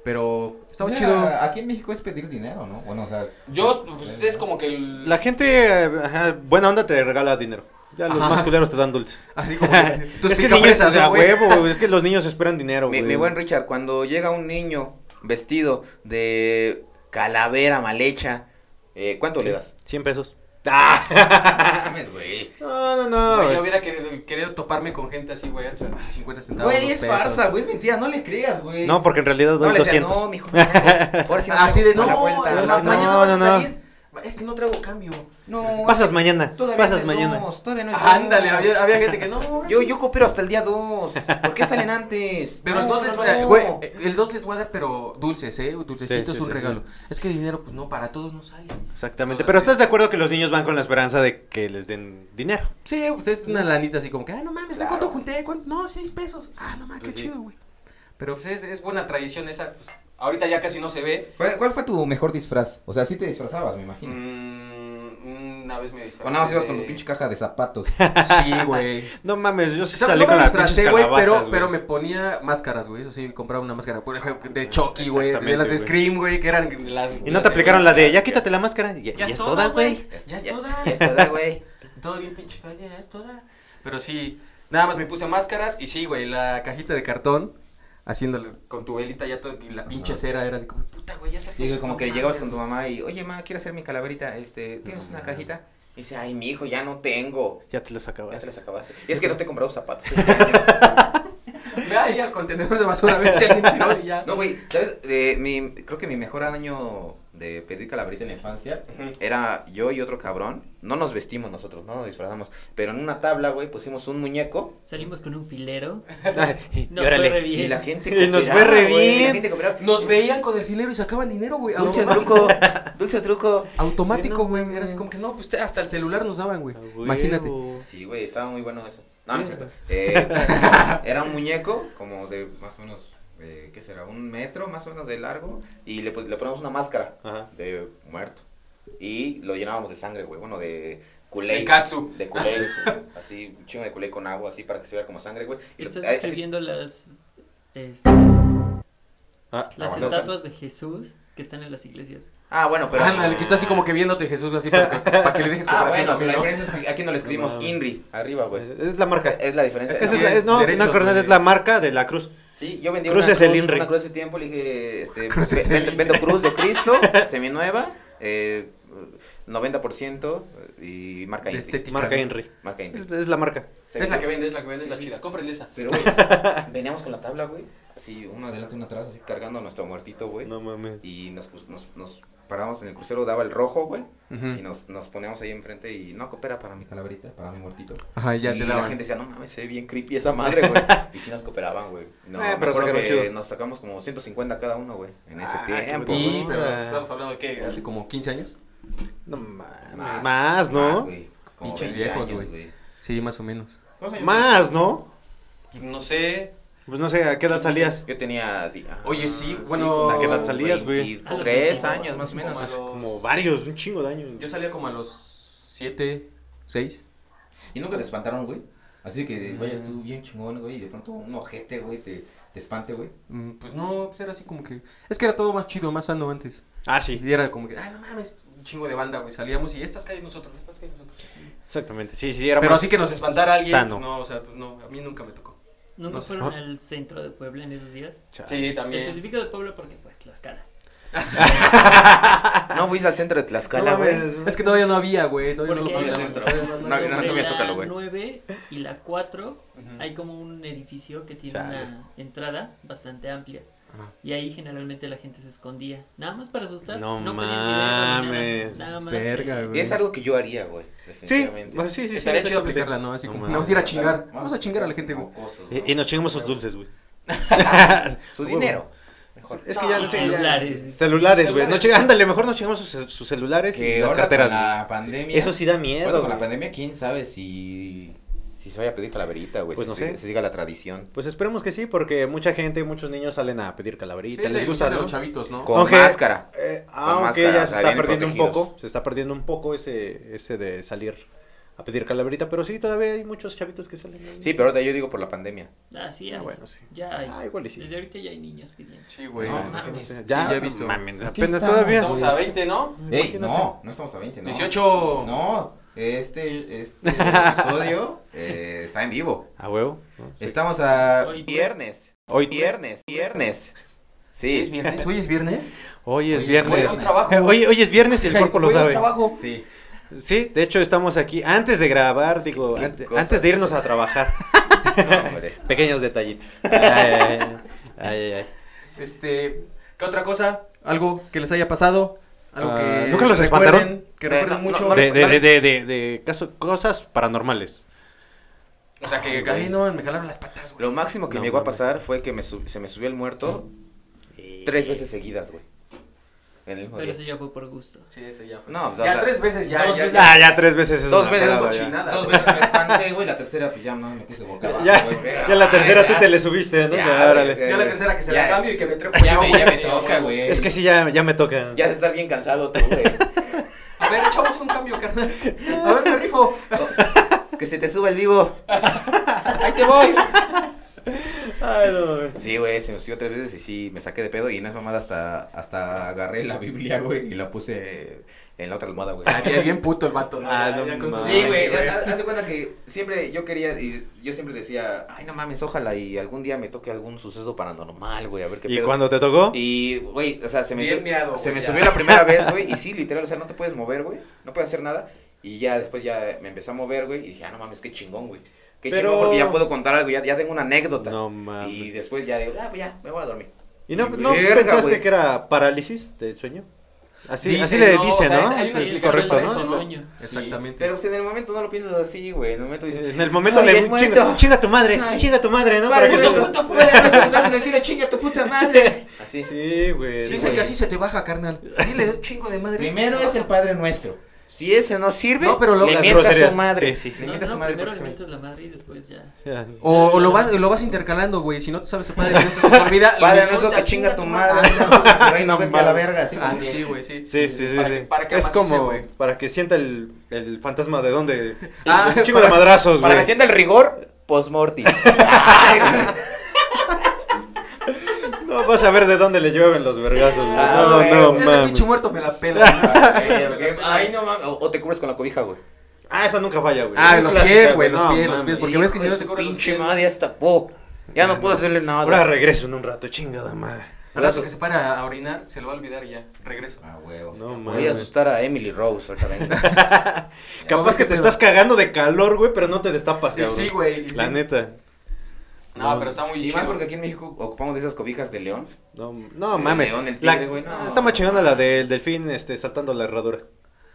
Speaker 4: Pero estaba
Speaker 2: O sea,
Speaker 4: chido.
Speaker 2: Aquí en México es pedir dinero, ¿no? Bueno, o sea.
Speaker 4: Yo, pues es como que el-
Speaker 3: La gente, eh, ajá, buena onda te regala dinero. Ya los
Speaker 4: Ajá.
Speaker 3: más culeros te dan dulces.
Speaker 4: Así como que, tus
Speaker 3: es que niños,
Speaker 4: picabresas,
Speaker 3: o sea,
Speaker 4: ¿no, güey?
Speaker 3: huevo, güey, es que los niños esperan dinero,
Speaker 2: Mi,
Speaker 3: güey.
Speaker 2: mi buen Richard, cuando llega un niño vestido de calavera mal hecha, eh, ¿cuánto le das?
Speaker 3: 100 pesos.
Speaker 2: Mames, güey.
Speaker 3: No, no, no. este,
Speaker 4: Güey, yo
Speaker 3: es-
Speaker 4: hubiera querido, querido toparme con gente así, güey. o sea, 50 centavos.
Speaker 2: Güey,
Speaker 4: dos
Speaker 2: es
Speaker 4: pesos.
Speaker 2: farsa, güey, es mentira, no le creas, güey.
Speaker 3: No, porque en realidad
Speaker 2: no
Speaker 3: doy
Speaker 2: le decía,
Speaker 3: 200.
Speaker 2: no, mijo. no, Ahora sí
Speaker 4: Así Ah, de, no,
Speaker 2: no, traigo
Speaker 4: ma-
Speaker 2: para la
Speaker 3: es que
Speaker 2: cuenta.
Speaker 3: no,
Speaker 4: mañana vas a
Speaker 3: no, no.
Speaker 4: salir. Es que no traigo cambio.
Speaker 2: No,
Speaker 3: Pasas mañana,
Speaker 2: todavía
Speaker 3: pasas
Speaker 2: no es
Speaker 3: mañana.
Speaker 2: dos, todavía no es
Speaker 4: Ándale,
Speaker 2: dos.
Speaker 4: había, había gente que no.
Speaker 2: Yo, yo coopero hasta el día 2. ¿Por qué salen antes?
Speaker 4: Pero
Speaker 2: No,
Speaker 4: el 2 les
Speaker 2: no,
Speaker 4: voy a
Speaker 2: no.
Speaker 4: güey, el 2 les voy a dar, pero dulces, ¿eh? Dulcecitos
Speaker 3: Sí, sí,
Speaker 4: un
Speaker 3: sí,
Speaker 4: regalo. Es que dinero, pues no, para todos no sale.
Speaker 3: Exactamente. Pero estás de acuerdo que los niños van con la esperanza de que les den dinero.
Speaker 4: Sí, pues es una lanita así como que, ah, no mames,
Speaker 2: Claro.
Speaker 4: ¿cuánto junté? ¿Cuánto? No, 6 pesos. Ah, no mames,
Speaker 2: Pues
Speaker 4: qué
Speaker 2: sí.
Speaker 4: chido, güey. Pero pues es, es buena tradición esa. pues, ahorita ya casi no se ve.
Speaker 2: ¿Cuál, cuál fue tu mejor disfraz? O sea, sí te disfrazabas, me imagino.
Speaker 4: Mm, una vez me disfrazé.
Speaker 2: O nada más ibas con
Speaker 4: de-
Speaker 2: tu pinche caja de zapatos.
Speaker 4: Sí, güey.
Speaker 3: No mames, yo sí
Speaker 4: O sea,
Speaker 3: salí
Speaker 4: no
Speaker 3: con
Speaker 4: me
Speaker 3: la pinches
Speaker 4: disfracé, güey,
Speaker 3: calabazas,
Speaker 4: pero,
Speaker 3: güey.
Speaker 4: pero me ponía máscaras, güey. Eso sí, compraba una máscara, por ejemplo, de Chucky, güey, de
Speaker 3: Exactamente,
Speaker 4: las de
Speaker 3: güey.
Speaker 4: Scream, güey, que eran las...
Speaker 3: Y no te aplicaron la de, ya quítate la máscara. Ya, ya es toda, güey.
Speaker 4: Ya es toda.
Speaker 2: Ya es toda, güey.
Speaker 4: Todo bien pinche feo, ya es toda. Pero sí, nada más me puse máscaras y sí, güey, la cajita de cartón, haciéndole con tu velita ya todo, y la pinche cera era así como, puta, güey, ya está
Speaker 2: Sí, que como que llegabas con tu mamá y, oye, ma, quiero hacer mi calaverita, este, ¿tienes una cajita? Y dice, ay, mi hijo, ya no tengo.
Speaker 3: Ya te los
Speaker 2: Ya te
Speaker 3: acabaste.
Speaker 2: las acabaste. Y es que no te he comprado zapatos.
Speaker 4: Ve ahí al contenedor de basura, a ver si alguien tiró y ya.
Speaker 2: no, güey, ¿sabes? Eh, mi, creo que mi mejor año de pedir calaverita en la infancia era yo y otro cabrón. No nos vestimos nosotros, no nos disfrazamos. Pero en una tabla, güey, pusimos un muñeco
Speaker 5: Salimos con un filero.
Speaker 3: Ay, y
Speaker 5: Nos fue re
Speaker 3: órale.
Speaker 5: bien.
Speaker 2: y la gente
Speaker 3: Y nos
Speaker 2: cooperaba,
Speaker 3: fue re
Speaker 2: güey,
Speaker 3: bien.
Speaker 2: La gente cooperaba.
Speaker 4: Nos veían con el filero y sacaban dinero, güey.
Speaker 2: Dulce
Speaker 4: automático.
Speaker 2: truco, dulce truco.
Speaker 4: Automático,
Speaker 3: No,
Speaker 4: güey.
Speaker 3: güey.
Speaker 4: Era así como que no, pues te- hasta el celular nos daban,
Speaker 2: Ah,
Speaker 4: Ah, güey.
Speaker 3: A huevo.
Speaker 4: Imagínate.
Speaker 2: Sí, güey, estaba muy bueno eso. No, no es cierto. Eh, era un muñeco como de más o menos, eh, ¿qué será? Un metro más o menos de largo y le, pues, le ponemos una máscara
Speaker 3: Ajá.
Speaker 2: de muerto y lo llenábamos de sangre, güey, bueno, de culé.
Speaker 4: De katsu.
Speaker 2: De culé, así, un chingo de culé con agua, así, para que se vea como sangre, güey. Y lo-
Speaker 5: Estás
Speaker 2: eh, sí,
Speaker 5: escribiendo las. este,
Speaker 3: Ah,
Speaker 5: las
Speaker 2: bueno.
Speaker 5: estatuas de Jesús que están en las iglesias.
Speaker 2: Ah, bueno, pero...
Speaker 4: Ándale, que está así como que viéndote Jesús así para que, para que le dejes
Speaker 2: Ah,
Speaker 4: comparación
Speaker 2: bueno, pero la
Speaker 4: también, ¿no?
Speaker 2: diferencia es que aquí no le escribimos
Speaker 3: mames.
Speaker 2: INRI arriba, güey.
Speaker 3: es la marca.
Speaker 2: Es la diferencia.
Speaker 3: Es que esa es
Speaker 2: No,
Speaker 3: la, es- no,
Speaker 4: derechos
Speaker 3: no, carnal,
Speaker 4: de-
Speaker 3: es la marca de la cruz.
Speaker 2: Sí, yo vendí
Speaker 3: Cruces
Speaker 2: una
Speaker 3: el
Speaker 2: cruz,
Speaker 3: Inri.
Speaker 2: una cruz de tiempo, le dije, este,
Speaker 4: Cruces
Speaker 2: ve-
Speaker 4: el
Speaker 2: vendo,
Speaker 4: Inri.
Speaker 2: vendo cruz de Cristo, seminueva, eh, 90% y marca
Speaker 4: De
Speaker 2: Inri.
Speaker 4: estética.
Speaker 3: Marca
Speaker 4: ¿no?
Speaker 3: Henry.
Speaker 2: Marca Inri.
Speaker 3: Es, es la marca.
Speaker 2: Se
Speaker 4: Es la que
Speaker 2: vendió.
Speaker 4: vende, es la que vende, es la chida. Cómprenle esa.
Speaker 2: Pero, güey, veníamos con la tabla, güey. así, uno adelante, uno atrás, así cargando a nuestro muertito, güey.
Speaker 3: No mames.
Speaker 2: Y nos, pus- nos, nos parábamos en el crucero, daba el rojo, güey.
Speaker 6: Ujú.
Speaker 3: Mm.
Speaker 2: Y nos, nos poníamos ahí enfrente y no coopera para mi calaverita, para mi muertito.
Speaker 6: Ajá, ya
Speaker 2: y
Speaker 6: te
Speaker 2: la
Speaker 6: daban.
Speaker 2: gente decía, no mames, se ve bien creepy esa madre, güey. y sí nos cooperaban, güey. No,
Speaker 3: Eh, pero
Speaker 2: pero
Speaker 3: sacaron chido.
Speaker 2: nos sacamos como 150 cada uno, güey, en ese
Speaker 3: Ah,
Speaker 2: tiempo.
Speaker 3: qué
Speaker 6: Y,
Speaker 3: rico.
Speaker 6: pero
Speaker 3: Ah.
Speaker 6: estamos hablando de qué, hace como 15 años.
Speaker 3: No mames. Más, ¿no?
Speaker 2: güey. Como
Speaker 6: Pinches
Speaker 2: 20
Speaker 6: viejos,
Speaker 2: años,
Speaker 6: güey. Sí, más o menos.
Speaker 3: Más, ¿no?
Speaker 4: No sé.
Speaker 3: Pues no sé, ¿a qué edad salías?
Speaker 2: Yo tenía. di- ah,
Speaker 4: Oye, sí, bueno,
Speaker 3: ¿a qué edad salías, güey?
Speaker 2: Tres
Speaker 5: A los
Speaker 2: años, más o menos.
Speaker 4: como a los-
Speaker 3: Como varios, un chingo de años.
Speaker 4: Yo salía como a los 7, 6.
Speaker 2: Y nunca te espantaron, güey. Así que vayas tú bien chingón, güey, y de pronto un ojete, güey, te, te espante, güey.
Speaker 4: Mm, Pues no, pues era así como que. Es que era todo más chido, más sano antes.
Speaker 3: Ah, sí.
Speaker 4: Y era como que, ah, no mames, un chingo de banda, güey. Salíamos y estas calles nosotros, estas calles nosotros.
Speaker 3: Exactamente. Sí, sí, era
Speaker 4: Pero
Speaker 3: más
Speaker 4: así que nos espantara alguien.
Speaker 3: Sano.
Speaker 4: No, o sea, pues no, a mí nunca me tocó.
Speaker 5: ¿Nunca
Speaker 4: No.
Speaker 5: fueron al centro de Puebla en esos días?
Speaker 3: Chale.
Speaker 4: Sí, también.
Speaker 5: Específico de Puebla porque, pues, las caras.
Speaker 2: No fuiste al centro de Tlaxcala,
Speaker 3: No
Speaker 2: güey.
Speaker 3: mames.
Speaker 4: Es que todavía no había, güey. Todavía no
Speaker 5: Porque
Speaker 4: lo
Speaker 2: había
Speaker 4: había.
Speaker 2: centro.
Speaker 5: sobre
Speaker 2: No, no, no había zócalo, güey.
Speaker 5: La 9 y la 4 hay como un edificio que tiene una entrada bastante amplia.
Speaker 4: Ajá.
Speaker 5: Y ahí generalmente la gente se escondía. Nada más para asustar.
Speaker 3: No
Speaker 5: No, pedían dinero ni
Speaker 3: mames.
Speaker 5: Nada, nada más.
Speaker 4: Verga,
Speaker 5: eh,
Speaker 4: güey.
Speaker 2: Y es algo que yo haría, güey.
Speaker 3: Sí,
Speaker 2: definitivamente.
Speaker 3: bueno, sí, sí, sí.
Speaker 4: Estaría chido
Speaker 3: exactamente.
Speaker 4: aplicarla, ¿no? Así
Speaker 3: No
Speaker 4: como,
Speaker 3: mames.
Speaker 4: vamos a ir a chingar. Vamos a chingar a la gente, güey.
Speaker 2: Mocosos,
Speaker 3: Y, y nos chingamos sus dulces, güey.
Speaker 2: Su
Speaker 3: Huevo.
Speaker 2: dinero. Mejor.
Speaker 3: Es que ya
Speaker 5: y
Speaker 3: no sé,
Speaker 4: Ah,
Speaker 3: ya-
Speaker 5: celulares.
Speaker 3: Celulares, güey. No, chinga- ándale, mejor nos chingamos sus, sus celulares
Speaker 2: Que
Speaker 3: y las
Speaker 2: ahora
Speaker 3: carteras,
Speaker 2: con
Speaker 3: güey.
Speaker 2: la pandemia.
Speaker 3: Eso sí da
Speaker 2: Bueno,
Speaker 3: miedo,
Speaker 2: con la
Speaker 3: güey.
Speaker 2: pandemia, quién sabe si, si se vaya a pedir calaverita, güey.
Speaker 3: Pues
Speaker 2: si
Speaker 3: no
Speaker 2: se-
Speaker 3: sé.
Speaker 2: se siga la tradición.
Speaker 3: Pues esperemos que sí, porque mucha gente, muchos niños salen a pedir
Speaker 4: Sí,
Speaker 3: calaverita,
Speaker 4: es la
Speaker 3: les
Speaker 4: ilusión
Speaker 3: gusta,
Speaker 4: de
Speaker 3: ¿no?
Speaker 4: los chavitos, ¿no?
Speaker 2: Con
Speaker 3: Aunque-
Speaker 2: máscara.
Speaker 3: Eh,
Speaker 2: Con
Speaker 3: aunque
Speaker 2: máscara,
Speaker 3: ya
Speaker 2: o
Speaker 3: se
Speaker 2: sea,
Speaker 3: está
Speaker 2: bien
Speaker 3: perdiendo un
Speaker 2: protegidos.
Speaker 3: poco, se está perdiendo un poco ese, ese de salir a pedir calaverita, pero sí, todavía hay muchos chavitos que salen. ahí.
Speaker 2: Sí, pero ahorita yo digo por la pandemia.
Speaker 5: Ah, sí,
Speaker 3: Ah,
Speaker 5: hay.
Speaker 3: bueno, sí.
Speaker 5: Ya hay.
Speaker 3: Ah, igual y sí.
Speaker 5: Desde ahorita ya hay niños pidiendo.
Speaker 4: Sí, güey.
Speaker 2: No,
Speaker 4: No, mames.
Speaker 3: Ya,
Speaker 4: Sí, ya he visto.
Speaker 3: mames,
Speaker 2: Aquí
Speaker 3: apenas
Speaker 2: estamos,
Speaker 3: todavía.
Speaker 4: Estamos a 20, ¿no?
Speaker 2: Ey, no, no estamos a 20, ¿no?
Speaker 4: 18.
Speaker 2: No, este, este episodio eh, está en vivo.
Speaker 3: A huevo. ¿no? Sí.
Speaker 2: Estamos a
Speaker 5: Hoy-
Speaker 2: viernes,
Speaker 3: Hoy,
Speaker 2: viernes, viernes.
Speaker 4: Sí, es
Speaker 2: Sí,
Speaker 4: viernes. Hoy es viernes.
Speaker 3: hoy es
Speaker 4: Hoy es
Speaker 3: viernes.
Speaker 4: jueves. Trabajo.
Speaker 3: Hoy, hoy es viernes y el cuerpo lo
Speaker 4: Voy al
Speaker 3: sabe.
Speaker 4: trabajo.
Speaker 2: sí.
Speaker 3: Sí, de hecho estamos aquí antes de grabar, digo,
Speaker 2: Qué
Speaker 3: ante-
Speaker 2: cosa.
Speaker 3: antes de irnos a trabajar.
Speaker 2: No, hombre.
Speaker 3: Pequeños detallitos. Ay, ay, ay, ay, ay.
Speaker 4: Este, ¿qué otra cosa? ¿Algo que les haya pasado? ¿Algo
Speaker 3: Ah,
Speaker 4: que
Speaker 3: ¿nunca los
Speaker 4: recuerden,
Speaker 3: espantaron?
Speaker 4: Que
Speaker 2: Eh,
Speaker 4: recuerden
Speaker 2: no,
Speaker 4: mucho.
Speaker 2: no, no.
Speaker 3: De, de, de, de, de, de caso- cosas paranormales.
Speaker 4: O sea, que,
Speaker 2: Ay,
Speaker 4: ay,
Speaker 2: güey.
Speaker 4: no, me jalaron las patas, güey.
Speaker 2: Lo máximo que
Speaker 3: No,
Speaker 2: me llegó a
Speaker 3: mames.
Speaker 2: pasar fue que me sub- se me subió el muerto tres veces seguidas, güey. En el mismo
Speaker 5: Pero
Speaker 2: día.
Speaker 5: eso ya fue por gusto.
Speaker 4: Sí, ese ya fue.
Speaker 2: No, pues, o
Speaker 4: ya
Speaker 2: sea,
Speaker 4: tres veces, Ah, ya,
Speaker 2: dos
Speaker 4: ya,
Speaker 2: veces.
Speaker 4: ya.
Speaker 3: Ya, ya tres veces. Ah, es
Speaker 2: Dos
Speaker 3: una
Speaker 2: veces
Speaker 3: pelada,
Speaker 4: cochinada.
Speaker 3: ya.
Speaker 4: Nada,
Speaker 2: Dos
Speaker 4: güey.
Speaker 2: veces me espanté, güey, la tercera pues ya no, me puse boca abajo,
Speaker 3: Ya,
Speaker 2: güey.
Speaker 3: ya la
Speaker 2: Ay,
Speaker 3: tercera tú
Speaker 2: ya.
Speaker 3: te le subiste, ¿no?
Speaker 2: Ya,
Speaker 3: Ya,
Speaker 2: güey,
Speaker 3: órale.
Speaker 2: sí.
Speaker 4: Yo la tercera que se la
Speaker 2: Ya.
Speaker 4: cambio y que me trepo
Speaker 2: Ya,
Speaker 4: yo,
Speaker 2: güey, ya me toca, güey.
Speaker 3: Es que sí, ya, ya me toca.
Speaker 2: Ya de estar bien cansado tú, güey.
Speaker 4: A ver, echamos un cambio, carnal. A ver, me rifo.
Speaker 2: que se te suba el vivo.
Speaker 4: Ahí te voy.
Speaker 3: Ay, no, güey.
Speaker 2: Sí, güey, se me subió tres veces y sí, me saqué de pedo y no es mamada, hasta, hasta agarré la Biblia, güey, y la puse en la otra almohada, güey.
Speaker 4: Había bien puto el vato.
Speaker 3: Ah,
Speaker 4: Ya,
Speaker 3: no
Speaker 4: ya con su-
Speaker 3: mames.
Speaker 2: Sí, güey, eh, ha- haz de cuenta que siempre yo quería, y yo siempre decía, ay, no mames, ojalá y algún día me toque algún suceso paranormal, güey, a ver qué
Speaker 3: ¿Y
Speaker 2: pedo".
Speaker 3: cuando te tocó?
Speaker 2: Y, güey, o sea, se me,
Speaker 4: Bien
Speaker 2: sub-
Speaker 4: miado,
Speaker 2: se
Speaker 4: güey,
Speaker 2: me
Speaker 4: ya.
Speaker 2: subió la primera vez, güey, y sí, literal, o sea, no te puedes mover, güey, no puedes hacer nada, y ya después ya me empecé a mover, güey, y dije, ah, no mames, qué chingón, güey, qué
Speaker 3: Pero-
Speaker 2: chingón, porque ya puedo contar algo, ya, ya tengo una anécdota.
Speaker 3: No mames.
Speaker 2: Y después ya digo, ah, pues ya, me voy a dormir.
Speaker 3: ¿Y no,
Speaker 2: Y
Speaker 3: no
Speaker 2: verga,
Speaker 3: pensaste
Speaker 2: güey.
Speaker 3: que era parálisis del sueño? Así,
Speaker 4: Dicen,
Speaker 3: así le
Speaker 4: no,
Speaker 3: dicen,
Speaker 4: o sea,
Speaker 3: ¿no?
Speaker 4: hay
Speaker 3: Es
Speaker 4: una
Speaker 3: es correcto,
Speaker 4: explicación para
Speaker 3: ¿no?
Speaker 4: eso,
Speaker 5: Sueño.
Speaker 4: Exactamente.
Speaker 2: Pero si en el momento no lo piensas así, güey, en el momento dices,
Speaker 3: En el momento
Speaker 2: Ay,
Speaker 3: le
Speaker 2: el
Speaker 3: chinga,
Speaker 2: muerto.
Speaker 3: chinga tu madre,
Speaker 2: Ay.
Speaker 3: chinga tu madre, ¿no?
Speaker 2: Para
Speaker 3: Para que
Speaker 2: eso,
Speaker 3: se-
Speaker 2: puto, puta, no se te vas a decir, chinga tu puta madre. Así.
Speaker 3: Sí, güey.
Speaker 2: Sí,
Speaker 4: Dicen
Speaker 2: güey.
Speaker 4: que así se te baja, carnal. Dile un chingo de madre.
Speaker 2: Primero es el Padre Nuestro. Si ese no sirve,
Speaker 4: No, pero luego
Speaker 2: le
Speaker 3: las
Speaker 2: mientas a
Speaker 3: groserías.
Speaker 2: su madre.
Speaker 3: Sí, sí, sí.
Speaker 2: Le
Speaker 5: No,
Speaker 2: mientas a
Speaker 5: no,
Speaker 2: su madre porque
Speaker 5: primero le
Speaker 2: se me-
Speaker 5: metes la madre y después ya.
Speaker 3: O sea,
Speaker 4: O, o lo, vas, lo vas intercalando, güey. Si no te sabes tu padre, Dios, se te olvida.
Speaker 2: Padre
Speaker 4: lo
Speaker 2: Nuestro,
Speaker 4: insulta,
Speaker 2: que chinga tu madre. entonces, güey, no, vete a la verga. así
Speaker 4: Ah,
Speaker 2: como que-
Speaker 4: sí, güey, sí.
Speaker 3: Sí, sí, sí,
Speaker 4: Para
Speaker 3: sí.
Speaker 4: que- para que
Speaker 3: es
Speaker 4: amacice,
Speaker 3: como
Speaker 4: güey.
Speaker 3: para que sienta el, el fantasma de dónde.
Speaker 4: Ah,
Speaker 3: un chingo
Speaker 4: para-
Speaker 3: de madrazos,
Speaker 2: Para que
Speaker 3: güey.
Speaker 2: sienta el rigor, post-mortis.
Speaker 3: No vas a ver de dónde le llueven los vergazos. güey.
Speaker 2: Ah,
Speaker 3: no,
Speaker 2: güey,
Speaker 3: no,
Speaker 4: Ese
Speaker 3: mames.
Speaker 4: pinche muerto me la pela.
Speaker 2: Ay, no mames. O o te cubres con la cobija, güey.
Speaker 3: Ah, esa nunca falla, güey.
Speaker 4: Ah,
Speaker 3: Es
Speaker 4: los
Speaker 3: clásica,
Speaker 4: pies, güey, los
Speaker 3: no,
Speaker 4: pies, los
Speaker 3: mames.
Speaker 4: pies. Porque ves que si no
Speaker 2: Hijo de
Speaker 4: te
Speaker 2: su
Speaker 4: corres los
Speaker 2: Pinche
Speaker 4: pies,
Speaker 2: madre, ya se tapó. Ya no puedo hacerle
Speaker 3: Ahora
Speaker 2: nada.
Speaker 3: regreso en un rato, chingada madre.
Speaker 4: Al rato que se para a orinar, se lo va a olvidar y ya. Regreso.
Speaker 2: Ah, huevo.
Speaker 3: No
Speaker 2: Voy
Speaker 3: mames.
Speaker 2: a asustar a Emily Rose. Ahorita vengo.
Speaker 3: Capaz que te
Speaker 4: pedo.
Speaker 3: estás cagando de calor, güey, pero no te destapas,
Speaker 4: Sí,
Speaker 3: cabrón.
Speaker 4: sí, güey. y
Speaker 3: La
Speaker 4: sí.
Speaker 3: neta.
Speaker 4: No, pero está muy
Speaker 2: Y
Speaker 4: chido.
Speaker 2: más porque aquí en México ocupamos de esas cobijas de león.
Speaker 3: No, no
Speaker 2: El
Speaker 3: mames.
Speaker 2: león, el
Speaker 3: La-
Speaker 2: tigre, güey, no.
Speaker 3: Está más chingona la del delfín este, saltando la herradura.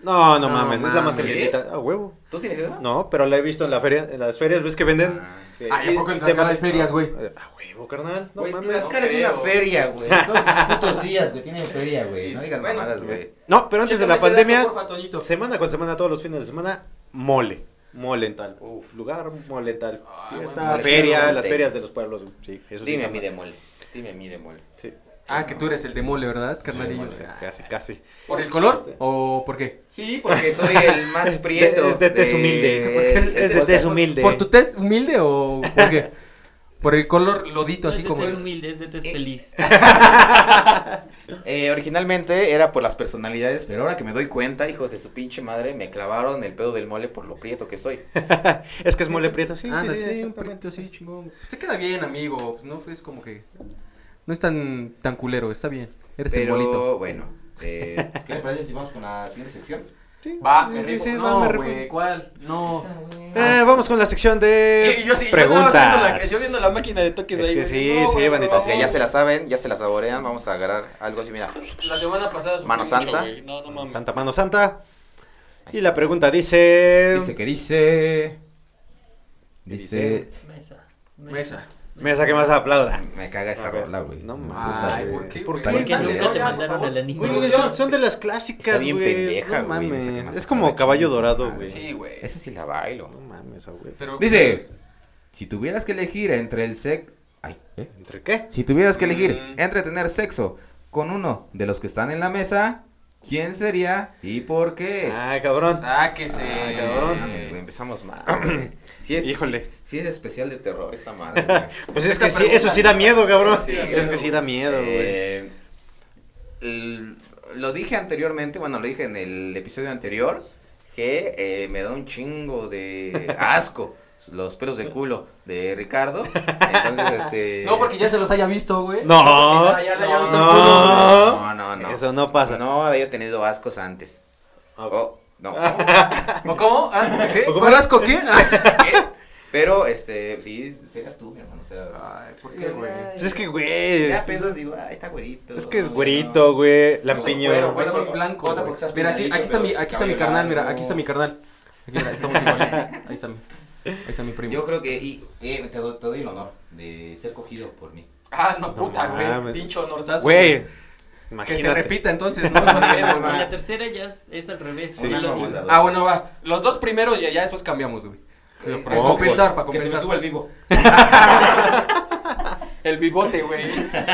Speaker 3: No, no,
Speaker 4: No
Speaker 3: mames, es la más
Speaker 4: mames.
Speaker 3: calientita. Ah, huevo.
Speaker 2: ¿Tú tienes esa?
Speaker 3: No, pero la he visto en la feria, en las ferias, ¿ves que venden?
Speaker 2: Ah,
Speaker 4: Ay, ¿a poco en Tlaxcala hay ferias, güey?
Speaker 3: Ah, huevo, carnal. No
Speaker 2: Güey,
Speaker 3: mames.
Speaker 2: Tlaxcala es una
Speaker 4: creo.
Speaker 2: feria, güey.
Speaker 7: Todos sus putos días, güey, tienen feria, güey.
Speaker 2: No
Speaker 7: No
Speaker 2: digas
Speaker 4: Bueno,
Speaker 2: mamadas, güey.
Speaker 3: No, pero antes de
Speaker 4: Chécame
Speaker 3: la
Speaker 4: ese dato,
Speaker 3: pandemia,
Speaker 4: porfa, Toñito.
Speaker 3: semana con semana, todos los fines de semana, mole. Mole en tal
Speaker 2: Uf.
Speaker 3: lugar, mole en tal
Speaker 4: Ah,
Speaker 3: fiesta,
Speaker 2: bueno, mole
Speaker 3: feria,
Speaker 2: gigante.
Speaker 3: las ferias de los pueblos. güey. Sí, eso sí
Speaker 2: Dime a
Speaker 3: está
Speaker 2: mí de
Speaker 3: mal.
Speaker 2: mole. Dime a mí de mole.
Speaker 3: Sí,
Speaker 4: Ah, que tú eres el de mole, ¿verdad, carnalillo?
Speaker 3: sí, casi, casi.
Speaker 4: ¿Por el color o por qué?
Speaker 2: Sí, porque soy el más prieto.
Speaker 3: Es de tez humilde.
Speaker 2: el-
Speaker 3: Es de tez humilde.
Speaker 4: ¿Por tu test humilde o por qué? Por el color lodito,
Speaker 5: No es
Speaker 4: así
Speaker 5: de
Speaker 4: como.
Speaker 5: tez humilde, es de tez feliz.
Speaker 2: Eh, originalmente era por las personalidades, pero ahora que me doy cuenta, hijos de su pinche madre, me clavaron el pedo del mole por lo prieto que soy.
Speaker 3: Es que es mole prieto, sí,
Speaker 4: Ah,
Speaker 3: sí, sí,
Speaker 4: un
Speaker 3: exactamente.
Speaker 4: perrito así, chingón. Usted queda bien, amigo. pues, No es como que. No es tan, tan culero, está bien. Eres el bolito.
Speaker 2: Pero bueno, eh,
Speaker 7: ¿Qué le parece si vamos con la siguiente sección?
Speaker 3: Sí,
Speaker 4: Va,
Speaker 3: sí,
Speaker 4: me
Speaker 3: sí,
Speaker 4: rifo.
Speaker 3: sí, va,
Speaker 4: No,
Speaker 3: me rifo.
Speaker 4: güey, ¿cuál? No.
Speaker 3: Eh, vamos con la sección de
Speaker 4: Y- y yo sí, yo andaba
Speaker 3: preguntas.
Speaker 4: viendo la- yo viendo la máquina de toques
Speaker 3: Es
Speaker 4: ahí.
Speaker 3: que
Speaker 4: güey.
Speaker 3: sí,
Speaker 4: No,
Speaker 3: sí,
Speaker 4: güey,
Speaker 3: bandita,
Speaker 4: no,
Speaker 2: o sea, ya se la saben, ya se la saborean, vamos a agarrar algo así, mira.
Speaker 4: La semana pasada.
Speaker 2: Mano
Speaker 4: subí mucho,
Speaker 2: santa.
Speaker 4: güey. No, no mames.
Speaker 3: Santa Mano Santa. Y la pregunta dice...
Speaker 7: Dice que dice. Dice.
Speaker 5: Mesa.
Speaker 4: Mesa.
Speaker 3: Mesa que más aplauda.
Speaker 2: Me caga esa
Speaker 3: A ver.
Speaker 2: rola, güey.
Speaker 3: No mames.
Speaker 4: Ay, ¿por qué?
Speaker 3: ¿Por
Speaker 4: güey?
Speaker 5: Porque
Speaker 3: qué?
Speaker 4: Sale,
Speaker 5: nunca
Speaker 4: no,
Speaker 5: te
Speaker 4: ya,
Speaker 5: mandaron
Speaker 4: por
Speaker 5: el
Speaker 4: favor.
Speaker 5: anillo.
Speaker 3: Güey,
Speaker 4: Güey,
Speaker 3: güey, son, son de las
Speaker 2: Está
Speaker 3: clásicas,
Speaker 2: bien
Speaker 3: güey.
Speaker 2: pendeja,
Speaker 3: no
Speaker 2: güey,
Speaker 3: mames.
Speaker 2: esa que más
Speaker 3: Es como
Speaker 2: aplaude,
Speaker 3: caballo
Speaker 2: chingue su
Speaker 3: dorado,
Speaker 2: madre.
Speaker 3: güey.
Speaker 4: Sí, güey.
Speaker 2: Esa sí la bailo.
Speaker 3: No mames, ah, güey.
Speaker 4: Pero-
Speaker 2: Dice, si tuvieras que elegir entre el sex... Ay, ¿eh?
Speaker 3: ¿Entre qué?
Speaker 2: Si tuvieras que elegir
Speaker 4: Mm.
Speaker 2: entre tener sexo con uno de los que están en la mesa, ¿quién sería y por qué?
Speaker 3: Ah, cabrón.
Speaker 4: Sáquese.
Speaker 3: Ah,
Speaker 2: No
Speaker 3: cabrón.
Speaker 2: mames, güey, empezamos mal. güey. Sí es,
Speaker 3: Híjole.
Speaker 2: Sí, sí es especial de terror esta madre. güey.
Speaker 3: Pues es
Speaker 4: Esa
Speaker 3: que sí,
Speaker 4: pregunta-
Speaker 3: eso sí da miedo, cabrón.
Speaker 4: Sí, sí da
Speaker 3: es
Speaker 4: miedo,
Speaker 3: que sí da miedo, güey.
Speaker 2: Eh, el- lo dije anteriormente, bueno, lo dije en el episodio anterior, que eh, me da un chingo de asco los pelos de culo de Ricardo. Entonces, este...
Speaker 4: No, porque ya se los haya visto, güey.
Speaker 3: No.
Speaker 4: Porque ya- ya le haya visto el
Speaker 3: No.
Speaker 4: culo, güey.
Speaker 2: No, no, no.
Speaker 3: Eso no pasa.
Speaker 2: No había tenido ascos antes. Oh, no.
Speaker 4: ¿O cómo? Ah, ¿Qué?
Speaker 3: ¿O cómo?
Speaker 4: ¿Cuál asco qué? Ah.
Speaker 2: Pero, este, sí, serías tú, mi hermano. O sea,
Speaker 4: Ay, ¿por qué, güey?
Speaker 3: Pues es que, güey.
Speaker 2: ya pesos digo, ah, está güerito.
Speaker 3: Es que es güerito, güey.
Speaker 2: güero,
Speaker 3: Lampiño.
Speaker 2: güey.
Speaker 4: Güey, soy blanco.
Speaker 2: Otra
Speaker 4: güey.
Speaker 2: porque estás
Speaker 4: Mira, aquí,
Speaker 2: peinadito,
Speaker 4: aquí está mi,
Speaker 2: pero
Speaker 4: aquí está mi
Speaker 2: cabello
Speaker 4: carnal, mira,
Speaker 2: largo.
Speaker 4: aquí está mi carnal. Aquí mira, estamos iguales. Ahí está mi, ahí está mi primo.
Speaker 7: Yo creo que. y- eh, te, do- te doy el honor de ser cogido por mí.
Speaker 4: Ah, no,
Speaker 3: mames.
Speaker 4: Pincho honorazo.
Speaker 3: Güey.
Speaker 4: Que se
Speaker 3: Imagínate.
Speaker 4: repita entonces. ¿no? No, no, no,
Speaker 5: Y la
Speaker 4: no.
Speaker 5: tercera ya es, es al revés.
Speaker 2: Sí,
Speaker 5: una
Speaker 2: no,
Speaker 5: loción.
Speaker 2: no, no.
Speaker 4: Ah, bueno, va. Los dos primeros y ya después cambiamos, güey. Para
Speaker 3: ojo,
Speaker 4: compensar, para
Speaker 7: Que se me
Speaker 4: compensar.
Speaker 7: suba el vivo.
Speaker 4: El bigote, güey.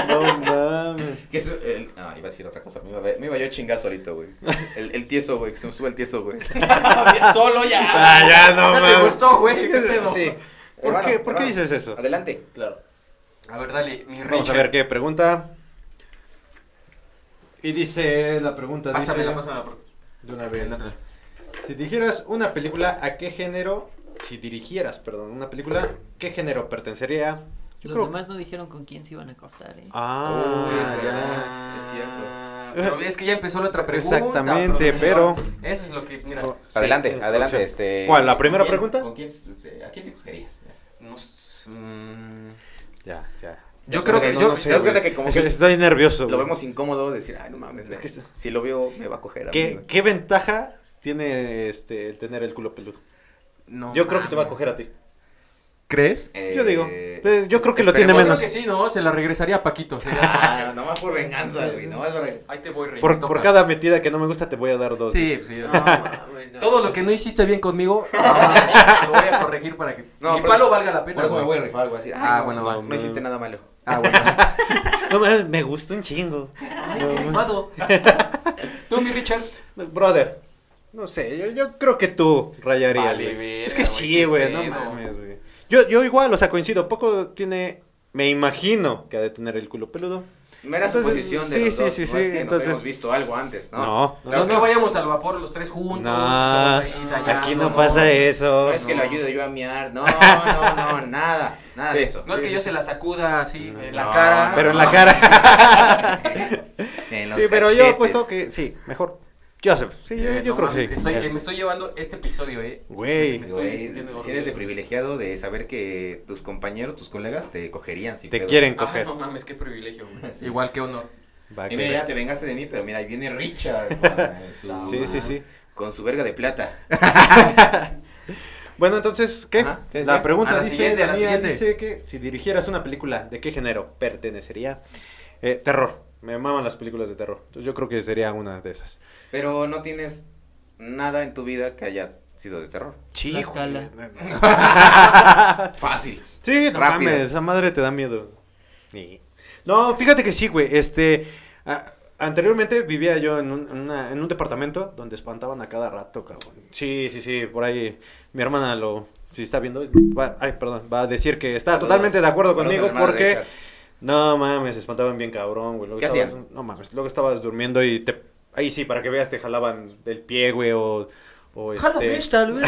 Speaker 3: No mames.
Speaker 2: Que se- el- no, iba a decir otra cosa. Me iba, me iba yo a chingar solito, güey. El, el tieso, güey. Que se me sube el tieso, güey.
Speaker 4: Solo ya.
Speaker 3: Ah, ya, no
Speaker 4: te
Speaker 3: mames.
Speaker 4: gustó, güey. ¿Qué pedo?
Speaker 3: Sí. ¿Por
Speaker 2: Hermano,
Speaker 3: qué, ¿por qué
Speaker 2: hermano.
Speaker 3: dices eso?
Speaker 2: Adelante. Claro.
Speaker 4: A ver, dale, mi
Speaker 3: Vamos a ver qué pregunta. Y dice la pregunta
Speaker 4: Pásamela,
Speaker 3: dice,
Speaker 4: pásamela. por-
Speaker 3: de una vez. Si dijeras una película, ¿a qué género? Si dirigieras, perdón, una película, ¿qué género pertenecería? Yo
Speaker 5: Los
Speaker 3: creo-
Speaker 5: demás no dijeron con quién se iban a acostar, ¿eh?
Speaker 3: Ah,
Speaker 2: Uy, es
Speaker 3: ya.
Speaker 2: verdad, es cierto.
Speaker 4: Pero es que ya empezó la otra pregunta.
Speaker 3: Exactamente,
Speaker 4: profesor. Eso es lo que, mira.
Speaker 3: Sí,
Speaker 2: Adelante,
Speaker 3: tienes
Speaker 2: adelante.
Speaker 3: opción.
Speaker 2: Este.
Speaker 3: ¿Cuál? ¿La primera
Speaker 7: ¿Quién-
Speaker 3: pregunta?
Speaker 7: ¿Con quién, este, ¿A quién te cogerías?
Speaker 4: no s- mm,
Speaker 3: Ya, ya.
Speaker 4: yo
Speaker 2: sé,
Speaker 4: creo que
Speaker 2: no,
Speaker 4: yo.
Speaker 2: no sé.
Speaker 3: güey.
Speaker 2: cuenta que como
Speaker 3: Es que
Speaker 2: que
Speaker 3: estoy nervioso.
Speaker 2: Lo
Speaker 3: güey.
Speaker 2: vemos incómodo. Decir, ay, no mames.
Speaker 3: Es que está-
Speaker 2: Si lo veo, me va a coger. a mí,
Speaker 3: ¿Qué,
Speaker 2: güey.
Speaker 3: qué ventaja tiene este el tener el culo peludo?
Speaker 4: no
Speaker 3: Yo creo que te va a
Speaker 4: mames.
Speaker 3: coger a ti.
Speaker 4: ¿Crees?
Speaker 2: Eh,
Speaker 3: Yo digo, eh, yo creo que lo
Speaker 2: esperemos-
Speaker 3: tiene
Speaker 4: Yo creo
Speaker 3: menos.
Speaker 4: que sí, no, se la regresaría a Paquito. sería,
Speaker 2: Ah, nomás por venganza, güey. Nomás por venganza.
Speaker 4: Ahí te voy, rey.
Speaker 3: Por,
Speaker 4: toca.
Speaker 3: por cada metida que no me gusta te voy a dar dos.
Speaker 4: Sí, sí. no,
Speaker 3: Ah,
Speaker 4: no. Todo lo que no hiciste bien conmigo, ah, lo voy a corregir para que
Speaker 2: No,
Speaker 4: mi
Speaker 2: pero-
Speaker 4: palo valga la pena.
Speaker 2: Por eso me
Speaker 4: güey.
Speaker 2: voy a rifar, güey. Así, ay,
Speaker 4: Ah,
Speaker 2: no,
Speaker 4: bueno,
Speaker 2: no,
Speaker 4: va.
Speaker 2: No hiciste nada malo.
Speaker 4: Ah, bueno.
Speaker 3: No, mames, me gusta un chingo.
Speaker 4: Ay, qué rifado. Tú, mi Richard.
Speaker 3: Brother, no sé, yo, yo creo que tú rayarías,
Speaker 4: Vale,
Speaker 3: güey.
Speaker 4: verga,
Speaker 3: es que
Speaker 4: güey,
Speaker 3: sí,
Speaker 4: qué
Speaker 3: güey, no
Speaker 4: pedo.
Speaker 3: mames, güey. Yo, yo igual, o sea, coincido, poco tiene, me imagino que ha de tener el culo peludo.
Speaker 2: Mera
Speaker 3: Entonces,
Speaker 2: suposición de
Speaker 3: sí,
Speaker 2: los
Speaker 3: sí,
Speaker 2: dos.
Speaker 3: sí,
Speaker 2: no
Speaker 3: sí,
Speaker 2: es que
Speaker 3: entonces-
Speaker 2: no hemos visto algo antes, ¿no?
Speaker 3: No, no,
Speaker 4: No es
Speaker 2: Claro,
Speaker 4: que vayamos al vapor los tres juntos.
Speaker 3: No,
Speaker 4: que estamos ahí
Speaker 3: aquí no
Speaker 4: dañándonos.
Speaker 3: pasa eso.
Speaker 2: No es que lo ayude yo a miar. No, no, no, nada. Nada de eso.
Speaker 4: No es que yo se la sacuda así en la
Speaker 2: No,
Speaker 4: cara. Ah.
Speaker 3: Pero en
Speaker 2: no.
Speaker 3: la cara.
Speaker 2: En los
Speaker 3: sí, pero yo
Speaker 2: cachetes.
Speaker 3: apuesto que sí, mejor. Joseph, sí, yo,
Speaker 4: Eh,
Speaker 3: yo
Speaker 4: no
Speaker 3: creo
Speaker 4: mames,
Speaker 3: que sí.
Speaker 4: estoy- eh, me estoy llevando este episodio, eh.
Speaker 3: Güey,
Speaker 4: Me estoy
Speaker 2: Güey,
Speaker 4: sintiendo
Speaker 2: siéntete
Speaker 4: orgulloso.
Speaker 2: privilegiado de saber que tus compañeros, tus colegas te cogerían. sin
Speaker 3: te
Speaker 2: pedo.
Speaker 3: quieren
Speaker 4: Ah,
Speaker 3: coger.
Speaker 4: no mames, qué privilegio, güey. Igual que honor.
Speaker 3: Va,
Speaker 2: Y
Speaker 3: que-
Speaker 2: mira, ya te vengaste de mí, pero mira, ahí viene Richard con su,
Speaker 3: Sí, sí, sí.
Speaker 2: con su verga de plata.
Speaker 3: Bueno, entonces, ¿qué?
Speaker 2: Ajá, sí,
Speaker 3: la
Speaker 2: sí.
Speaker 3: pregunta
Speaker 4: A la
Speaker 3: dice,
Speaker 4: siguiente, a la
Speaker 3: la mía
Speaker 4: siguiente.
Speaker 3: dice que si dirigieras una película, ¿de qué género pertenecería? Eh, terror. Me maman las películas de terror. Entonces, yo creo que sería una de esas.
Speaker 2: Pero no tienes nada en tu vida que haya sido de terror.
Speaker 3: Sí,
Speaker 5: Tlaxcala.
Speaker 2: Fácil.
Speaker 3: Sí, no
Speaker 2: Rápido.
Speaker 3: mames, esa madre te da miedo. Sí. No, fíjate que sí, güey. Este, a- anteriormente vivía yo en un, en una- en un departamento donde espantaban a cada rato, cabrón. Sí, sí, sí, por ahí mi hermana lo, si está viendo, va, ay, perdón, va a decir que está totalmente de acuerdo
Speaker 2: Saludos a la
Speaker 3: conmigo
Speaker 2: hermana de
Speaker 3: porque...
Speaker 2: Richard.
Speaker 3: No mames, espantaban bien cabrón, güey. Luego
Speaker 2: ¿Qué
Speaker 3: estabas-
Speaker 2: hacían?
Speaker 3: No mames, luego estabas durmiendo y te... Ahí sí, para que veas, te jalaban del pie, güey, o... o este...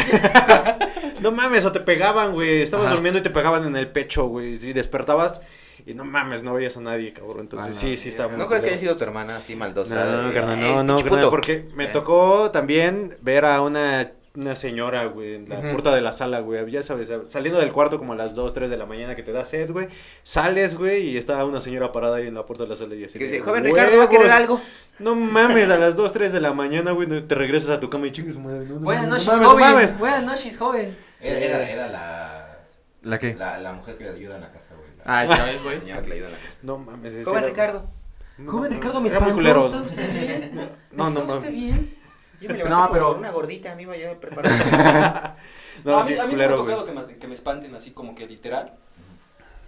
Speaker 3: No mames, o te pegaban, güey. Estabas
Speaker 4: Ajá.
Speaker 3: durmiendo y te pegaban en el pecho, güey. Si despertabas y no mames, no veías a nadie, cabrón. Entonces,
Speaker 4: A la
Speaker 3: sí, sí estaba
Speaker 4: mierda.
Speaker 2: Ah, ¿No crees que haya sido tu hermana así maldosa?
Speaker 3: No, no,
Speaker 2: de,
Speaker 3: carnal,
Speaker 2: "Ey,
Speaker 3: no, no,
Speaker 2: pinche
Speaker 3: carnal,
Speaker 2: puto"?
Speaker 3: porque me
Speaker 2: Eh,
Speaker 3: tocó también ver a una, una señora, güey, en la
Speaker 4: Ujú.
Speaker 3: puerta de la sala, güey, ya sabes, saliendo del cuarto como a las 2, 3 de la mañana que te da sed, güey, sales, güey, y está una señora parada ahí en la puerta de la sala y así.
Speaker 2: Que
Speaker 3: de,
Speaker 2: dice, joven Ricardo, ¿va a querer
Speaker 3: "Huevos".
Speaker 2: algo?
Speaker 3: No mames, a las 2, 3 de la mañana, güey, no- te regresas a tu cama y chingas madre, no, no
Speaker 4: Buenas
Speaker 3: mames,
Speaker 4: noches,
Speaker 3: no mames, no
Speaker 4: joven.
Speaker 3: mames.
Speaker 4: Buenas noches, joven.
Speaker 7: Era, era, era la,
Speaker 6: ¿La qué?
Speaker 7: la, la mujer que le ayuda en la casa, güey. La,
Speaker 4: Ah, ya ves,
Speaker 2: La
Speaker 4: güey.
Speaker 2: señora que le ayuda en la casa.
Speaker 3: No mames, ese
Speaker 2: Joven
Speaker 3: era-
Speaker 2: Ricardo.
Speaker 3: No,
Speaker 4: Joven
Speaker 3: no,
Speaker 4: Ricardo, me
Speaker 3: era muy
Speaker 4: espantó.
Speaker 3: culero.
Speaker 4: ¿Está usted bien?
Speaker 3: No, no
Speaker 4: ¿Está usted
Speaker 3: mames.
Speaker 4: bien?
Speaker 2: Yo me
Speaker 6: No, pero-
Speaker 2: por una gordita, a mí me a preparar.
Speaker 3: No,
Speaker 4: a
Speaker 3: sí,
Speaker 4: mí, a mí me
Speaker 3: culero,
Speaker 4: ha tocado
Speaker 3: güey.
Speaker 4: que me, que me espanten así como que literal.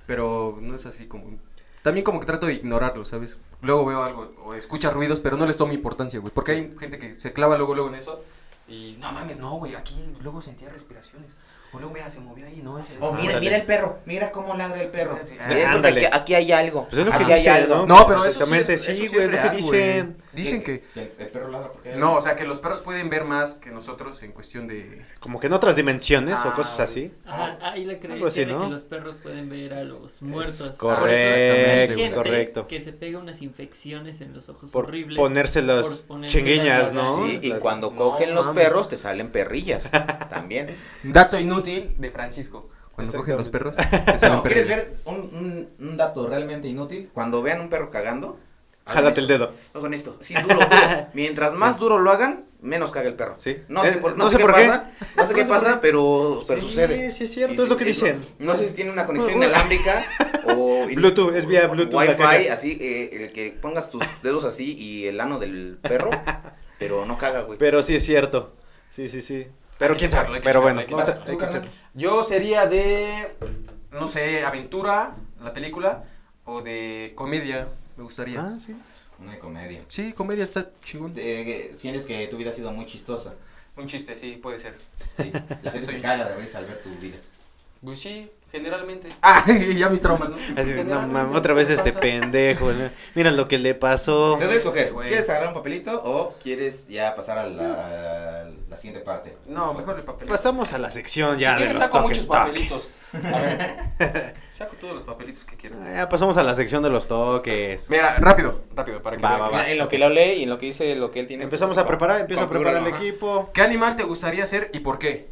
Speaker 6: Pero no es así como... También como que trato de ignorarlo, ¿sabes? Luego veo algo o escuchas ruidos, pero no les tomo importancia, güey. Porque hay gente que se clava luego, luego en eso.
Speaker 4: Y no mames, no, güey. Aquí luego sentía respiraciones. O luego, mira, se movió ahí. No, ese.
Speaker 7: Oh, mira,
Speaker 3: Ándale.
Speaker 7: mira el perro, mira cómo ladra el perro.
Speaker 4: Sí,
Speaker 2: Es porque
Speaker 3: Ándale.
Speaker 2: aquí, aquí hay algo.
Speaker 3: Pues es lo que
Speaker 2: aquí hay
Speaker 3: dice,
Speaker 2: algo.
Speaker 3: ¿no?
Speaker 6: No, pero eso sí es-
Speaker 3: pues, Exactamente,
Speaker 4: eso sí
Speaker 3: sí,
Speaker 4: es
Speaker 3: güey, lo que
Speaker 4: real, güey.
Speaker 3: dicen. Eh,
Speaker 6: Dicen que...
Speaker 7: El, el perro ladra porque...
Speaker 6: No, o sea, que los perros pueden ver más que nosotros en cuestión de...
Speaker 3: Como que en otras dimensiones o
Speaker 4: Ah,
Speaker 3: cosas así.
Speaker 5: Ajá, ahí la creencia
Speaker 3: Algo así,
Speaker 5: de
Speaker 3: ¿no?
Speaker 5: que los perros pueden ver a los
Speaker 3: Es
Speaker 5: muertos.
Speaker 3: correcto,
Speaker 5: Hay
Speaker 3: es
Speaker 5: gente
Speaker 3: correcto.
Speaker 5: Que se pega unas infecciones en los ojos
Speaker 3: Por
Speaker 5: horribles.
Speaker 3: ponerse las
Speaker 5: por ponerse
Speaker 3: chinguiñas,
Speaker 5: las
Speaker 3: ¿no?
Speaker 5: llagas,
Speaker 2: Sí,
Speaker 3: O
Speaker 2: y
Speaker 3: sea,
Speaker 2: cuando
Speaker 4: no
Speaker 2: cogen los
Speaker 4: mames.
Speaker 2: perros te salen perrillas también.
Speaker 4: Dato inútil de Francisco.
Speaker 6: Cuando cogen los perros,
Speaker 2: No, ¿Quieres ver un, un- un dato realmente inútil? Cuando vean un perro cagando,
Speaker 3: Jálate el
Speaker 2: hagan
Speaker 3: dedo.
Speaker 2: esto, Hagan esto, sí, duro, duro. Mientras más duro lo hagan, menos caga el perro.
Speaker 3: Sí.
Speaker 2: No sé
Speaker 3: Eh,
Speaker 2: por, no
Speaker 3: no
Speaker 2: sé
Speaker 3: sé
Speaker 2: qué
Speaker 3: por qué.
Speaker 2: pasa, no sé qué pasa, pero, pero
Speaker 3: Sí,
Speaker 2: sucede.
Speaker 3: sí es cierto,
Speaker 2: Y
Speaker 3: es lo que dicen.
Speaker 2: No, no sé si tiene una conexión inalámbrica o...
Speaker 3: Bluetooth, es vía Bluetooth la
Speaker 2: Wi-Fi,
Speaker 3: caca.
Speaker 2: así, eh, el que pongas tus dedos así y el ano del perro, pero no caga, güey.
Speaker 3: Pero sí es cierto. Sí, sí, sí. Pero
Speaker 4: que
Speaker 3: quién
Speaker 4: checarlo,
Speaker 3: sabe.
Speaker 4: hay que
Speaker 3: Pero
Speaker 4: checarlo,
Speaker 3: bueno,
Speaker 4: hay que
Speaker 3: vamos a-
Speaker 2: checarlo.
Speaker 3: hay que
Speaker 2: ¿Tú,
Speaker 3: checarlo.
Speaker 4: Yo sería de, no sé, aventura, la película, o de comedia, me gustaría.
Speaker 3: Ah, sí.
Speaker 7: Una de comedia.
Speaker 6: Sí, comedia está chingón.
Speaker 7: Eh, sientes que tu vida ha sido muy chistosa.
Speaker 4: Un chiste, sí, puede ser.
Speaker 7: Sí. La gente
Speaker 4: Soy
Speaker 7: se
Speaker 4: un
Speaker 7: caga
Speaker 4: chiste.
Speaker 7: de risa al ver tu vida.
Speaker 4: Pues sí, generalmente.
Speaker 6: Ah, ya mis traumas, ¿no?
Speaker 3: Así, no,
Speaker 4: Generalmente,
Speaker 3: mames, otra vez
Speaker 4: ¿qué
Speaker 3: este
Speaker 4: pasa?
Speaker 3: pendejo. ¿no? Mira lo que le pasó.
Speaker 2: Te doy a escoger,
Speaker 4: Güey.
Speaker 2: ¿quieres agarrar un papelito o quieres ya pasar a la, a la siguiente parte?
Speaker 4: No, mejor el papel.
Speaker 3: Pasamos a la sección
Speaker 4: Si
Speaker 3: ya de
Speaker 4: quieren,
Speaker 3: los
Speaker 4: saco
Speaker 3: toques
Speaker 4: muchos
Speaker 3: toques.
Speaker 4: papelitos. A ver, saco todos los papelitos que quieran.
Speaker 3: Ah, Ya pasamos a la sección de los toques.
Speaker 4: Mira, rápido, rápido, para que
Speaker 3: Va,
Speaker 4: vean.
Speaker 3: va, va.
Speaker 2: En lo que le hablé y en lo que dice lo que él tiene.
Speaker 3: Empezamos a preparar, empiezo a
Speaker 4: Concluyo,
Speaker 3: preparar el
Speaker 4: ajá.
Speaker 3: equipo.
Speaker 4: ¿Qué animal te gustaría ser y por qué?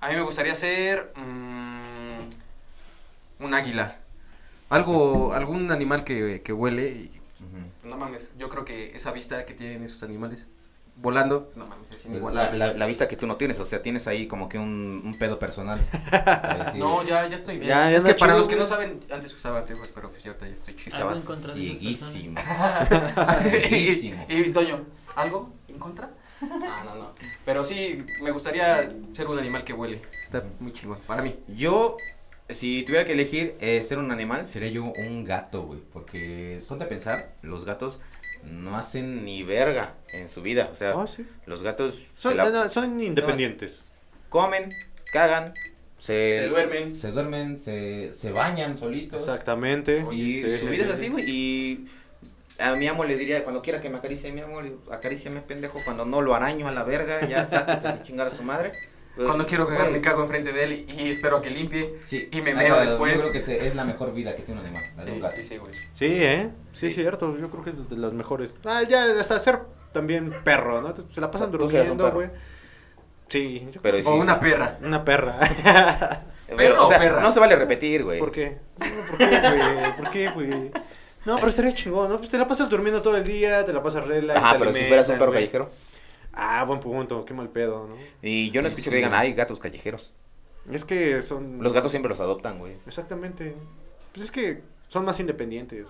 Speaker 4: A mí me gustaría ser mm, un águila.
Speaker 6: Algo, algún animal que, que huele y...
Speaker 2: Ujú.
Speaker 4: No mames, yo creo que esa vista que tienen esos animales volando, no mames, es
Speaker 2: La,
Speaker 4: inigualable.
Speaker 2: la- la vista que tú no tienes, o sea, tienes ahí como que un, un pedo personal. Ahí sí.
Speaker 4: No, ya, ya estoy bien.
Speaker 3: Ya, ya
Speaker 4: es que
Speaker 3: está
Speaker 4: para
Speaker 3: chido,
Speaker 4: los que no
Speaker 3: güey.
Speaker 4: saben, antes usaba anteojos, pero pues yo ahorita ya estoy chido.
Speaker 5: Algo
Speaker 2: Estabas
Speaker 5: en contra de esas
Speaker 2: cieguísimo.
Speaker 4: y,
Speaker 2: buenísimo.
Speaker 4: y, Toño, ¿algo en contra? Ah, no, no. Pero sí, me gustaría ser un animal que huele. Está muy chingón, para mí.
Speaker 2: Yo, si tuviera que elegir eh, ser un
Speaker 7: Mal
Speaker 2: animal,
Speaker 7: Sería yo un gato, güey, porque ponte a pensar, los gatos
Speaker 2: no hacen ni verga en su vida. O sea,
Speaker 3: Oh, sí.
Speaker 2: los gatos Ah, se
Speaker 3: son,
Speaker 2: la
Speaker 3: no, son independientes.
Speaker 2: comen, cagan, se,
Speaker 4: Se duermen.
Speaker 7: se duermen, se, se bañan solitos.
Speaker 3: Exactamente.
Speaker 2: Y
Speaker 3: Sí,
Speaker 2: su
Speaker 3: sí,
Speaker 2: vida
Speaker 3: sí.
Speaker 2: es así, güey. Y a mi amo le diría, cuando quiera que me acaricie, mi amo, le digo, acaríciame, pendejo. Cuando no lo araño a la verga, ya sáquense a chingar a su madre.
Speaker 4: Cuando quiero cagar,
Speaker 2: Bueno,
Speaker 4: me cago enfrente de él y, y espero a que limpie.
Speaker 7: Sí.
Speaker 4: Y me
Speaker 7: Ah,
Speaker 4: meo
Speaker 7: yo
Speaker 4: después.
Speaker 7: creo que se- es la mejor vida que tiene un animal, la de
Speaker 4: Sí,
Speaker 7: un gato.
Speaker 4: y sí, güey.
Speaker 3: Sí, ¿eh? Sí,
Speaker 4: Sí.
Speaker 3: cierto. Yo creo que es de las mejores. Ah, ya, hasta ser también perro, ¿no? Se la pasan
Speaker 2: O sea, tú serías un
Speaker 3: durmiendo, güey. Sí, yo-
Speaker 2: Pero sí.
Speaker 4: O una perra.
Speaker 3: una perra.
Speaker 2: Pero,
Speaker 4: perro
Speaker 2: o sea,
Speaker 4: o perra.
Speaker 2: no se vale repetir, güey.
Speaker 3: ¿Por qué? No, ¿Por qué, güey? ¿Por qué, güey? No, pero estaría chingón, ¿no? Pues te la pasas durmiendo todo el día, te la pasas relax.
Speaker 2: Ajá,
Speaker 3: te
Speaker 2: pero si
Speaker 3: alimentan,
Speaker 2: fueras un perro
Speaker 3: güey.
Speaker 2: callejero.
Speaker 3: Ah, buen punto, qué mal pedo, ¿no?
Speaker 2: Y yo no escucho que digan, ay, gatos callejeros.
Speaker 3: Es que son...
Speaker 2: Los gatos siempre los adoptan, güey.
Speaker 3: Exactamente. Pues es que son más independientes.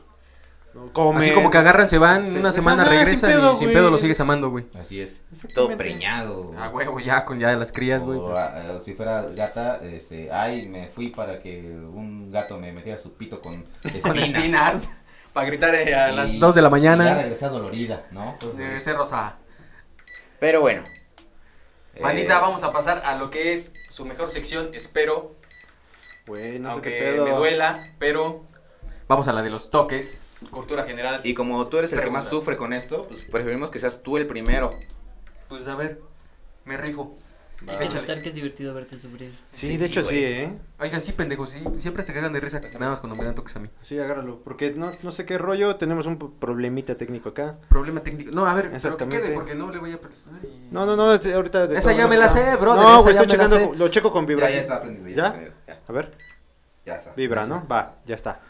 Speaker 3: ¿no? Comen.
Speaker 6: Así como que agarran, se van,
Speaker 3: Sí.
Speaker 6: una semana
Speaker 3: Ajá, sin
Speaker 6: regresan
Speaker 3: pedo,
Speaker 6: y sin
Speaker 3: güey.
Speaker 6: pedo lo sigues amando, güey.
Speaker 7: Así es. Todo
Speaker 3: Exactamente.
Speaker 7: preñado.
Speaker 4: Ah,
Speaker 6: A huevo, ya con ya las crías, güey.
Speaker 7: O, ah, ah, si fuera gata, este, ay, me fui para que un gato me metiera su pito con espinas.
Speaker 4: Con espinas. Para gritar eh, a
Speaker 7: Y-
Speaker 4: las
Speaker 6: dos de la mañana.
Speaker 7: y Ya regresé dolorida, ¿no?
Speaker 4: de
Speaker 7: Entonces,
Speaker 4: cerros a.
Speaker 2: Pero bueno.
Speaker 4: Manita,
Speaker 2: Eh,
Speaker 4: vamos a pasar a lo que es su mejor sección, espero.
Speaker 3: Güey, no sé qué
Speaker 4: aunque
Speaker 3: pedo.
Speaker 4: me duela, pero
Speaker 6: Vamos a la de los toques.
Speaker 4: cultura general.
Speaker 2: Y como tú eres el que más
Speaker 4: Preguntas.
Speaker 2: sufre con esto, pues preferimos que seas tú el primero.
Speaker 4: Pues a ver, me rifo.
Speaker 5: Hay que
Speaker 4: Échale.
Speaker 5: aceptar que es divertido verte sufrir.
Speaker 3: Sí, de hecho sí, ¿eh?
Speaker 4: Oigan, sí, pendejos, sí, siempre se cagan de risa nada más cuando me dan toques a mí.
Speaker 3: Sí, agárralo. Porque no, no sé qué rollo, tenemos un p- problemita técnico acá.
Speaker 4: Problema técnico. No, a ver, pero que
Speaker 3: Exactamente.
Speaker 4: quede, porque no le voy a presionar y...
Speaker 3: No, no, no, es- ahorita... de
Speaker 4: Esa
Speaker 3: todo
Speaker 4: ya
Speaker 3: no
Speaker 4: me la
Speaker 3: está.
Speaker 4: sé, brother,
Speaker 3: No,
Speaker 4: esa
Speaker 3: güey,
Speaker 4: ya
Speaker 3: estoy
Speaker 4: me la
Speaker 3: checando,
Speaker 4: sé.
Speaker 3: lo checo con
Speaker 2: Ya,
Speaker 3: vibra.
Speaker 2: ya está aprendido. Ya,
Speaker 3: ¿Ya?
Speaker 2: está aprendido, ya,
Speaker 3: A ver,
Speaker 2: ya está.
Speaker 3: vibra,
Speaker 2: Ya
Speaker 3: ¿no?
Speaker 2: está.
Speaker 3: Va, ya está.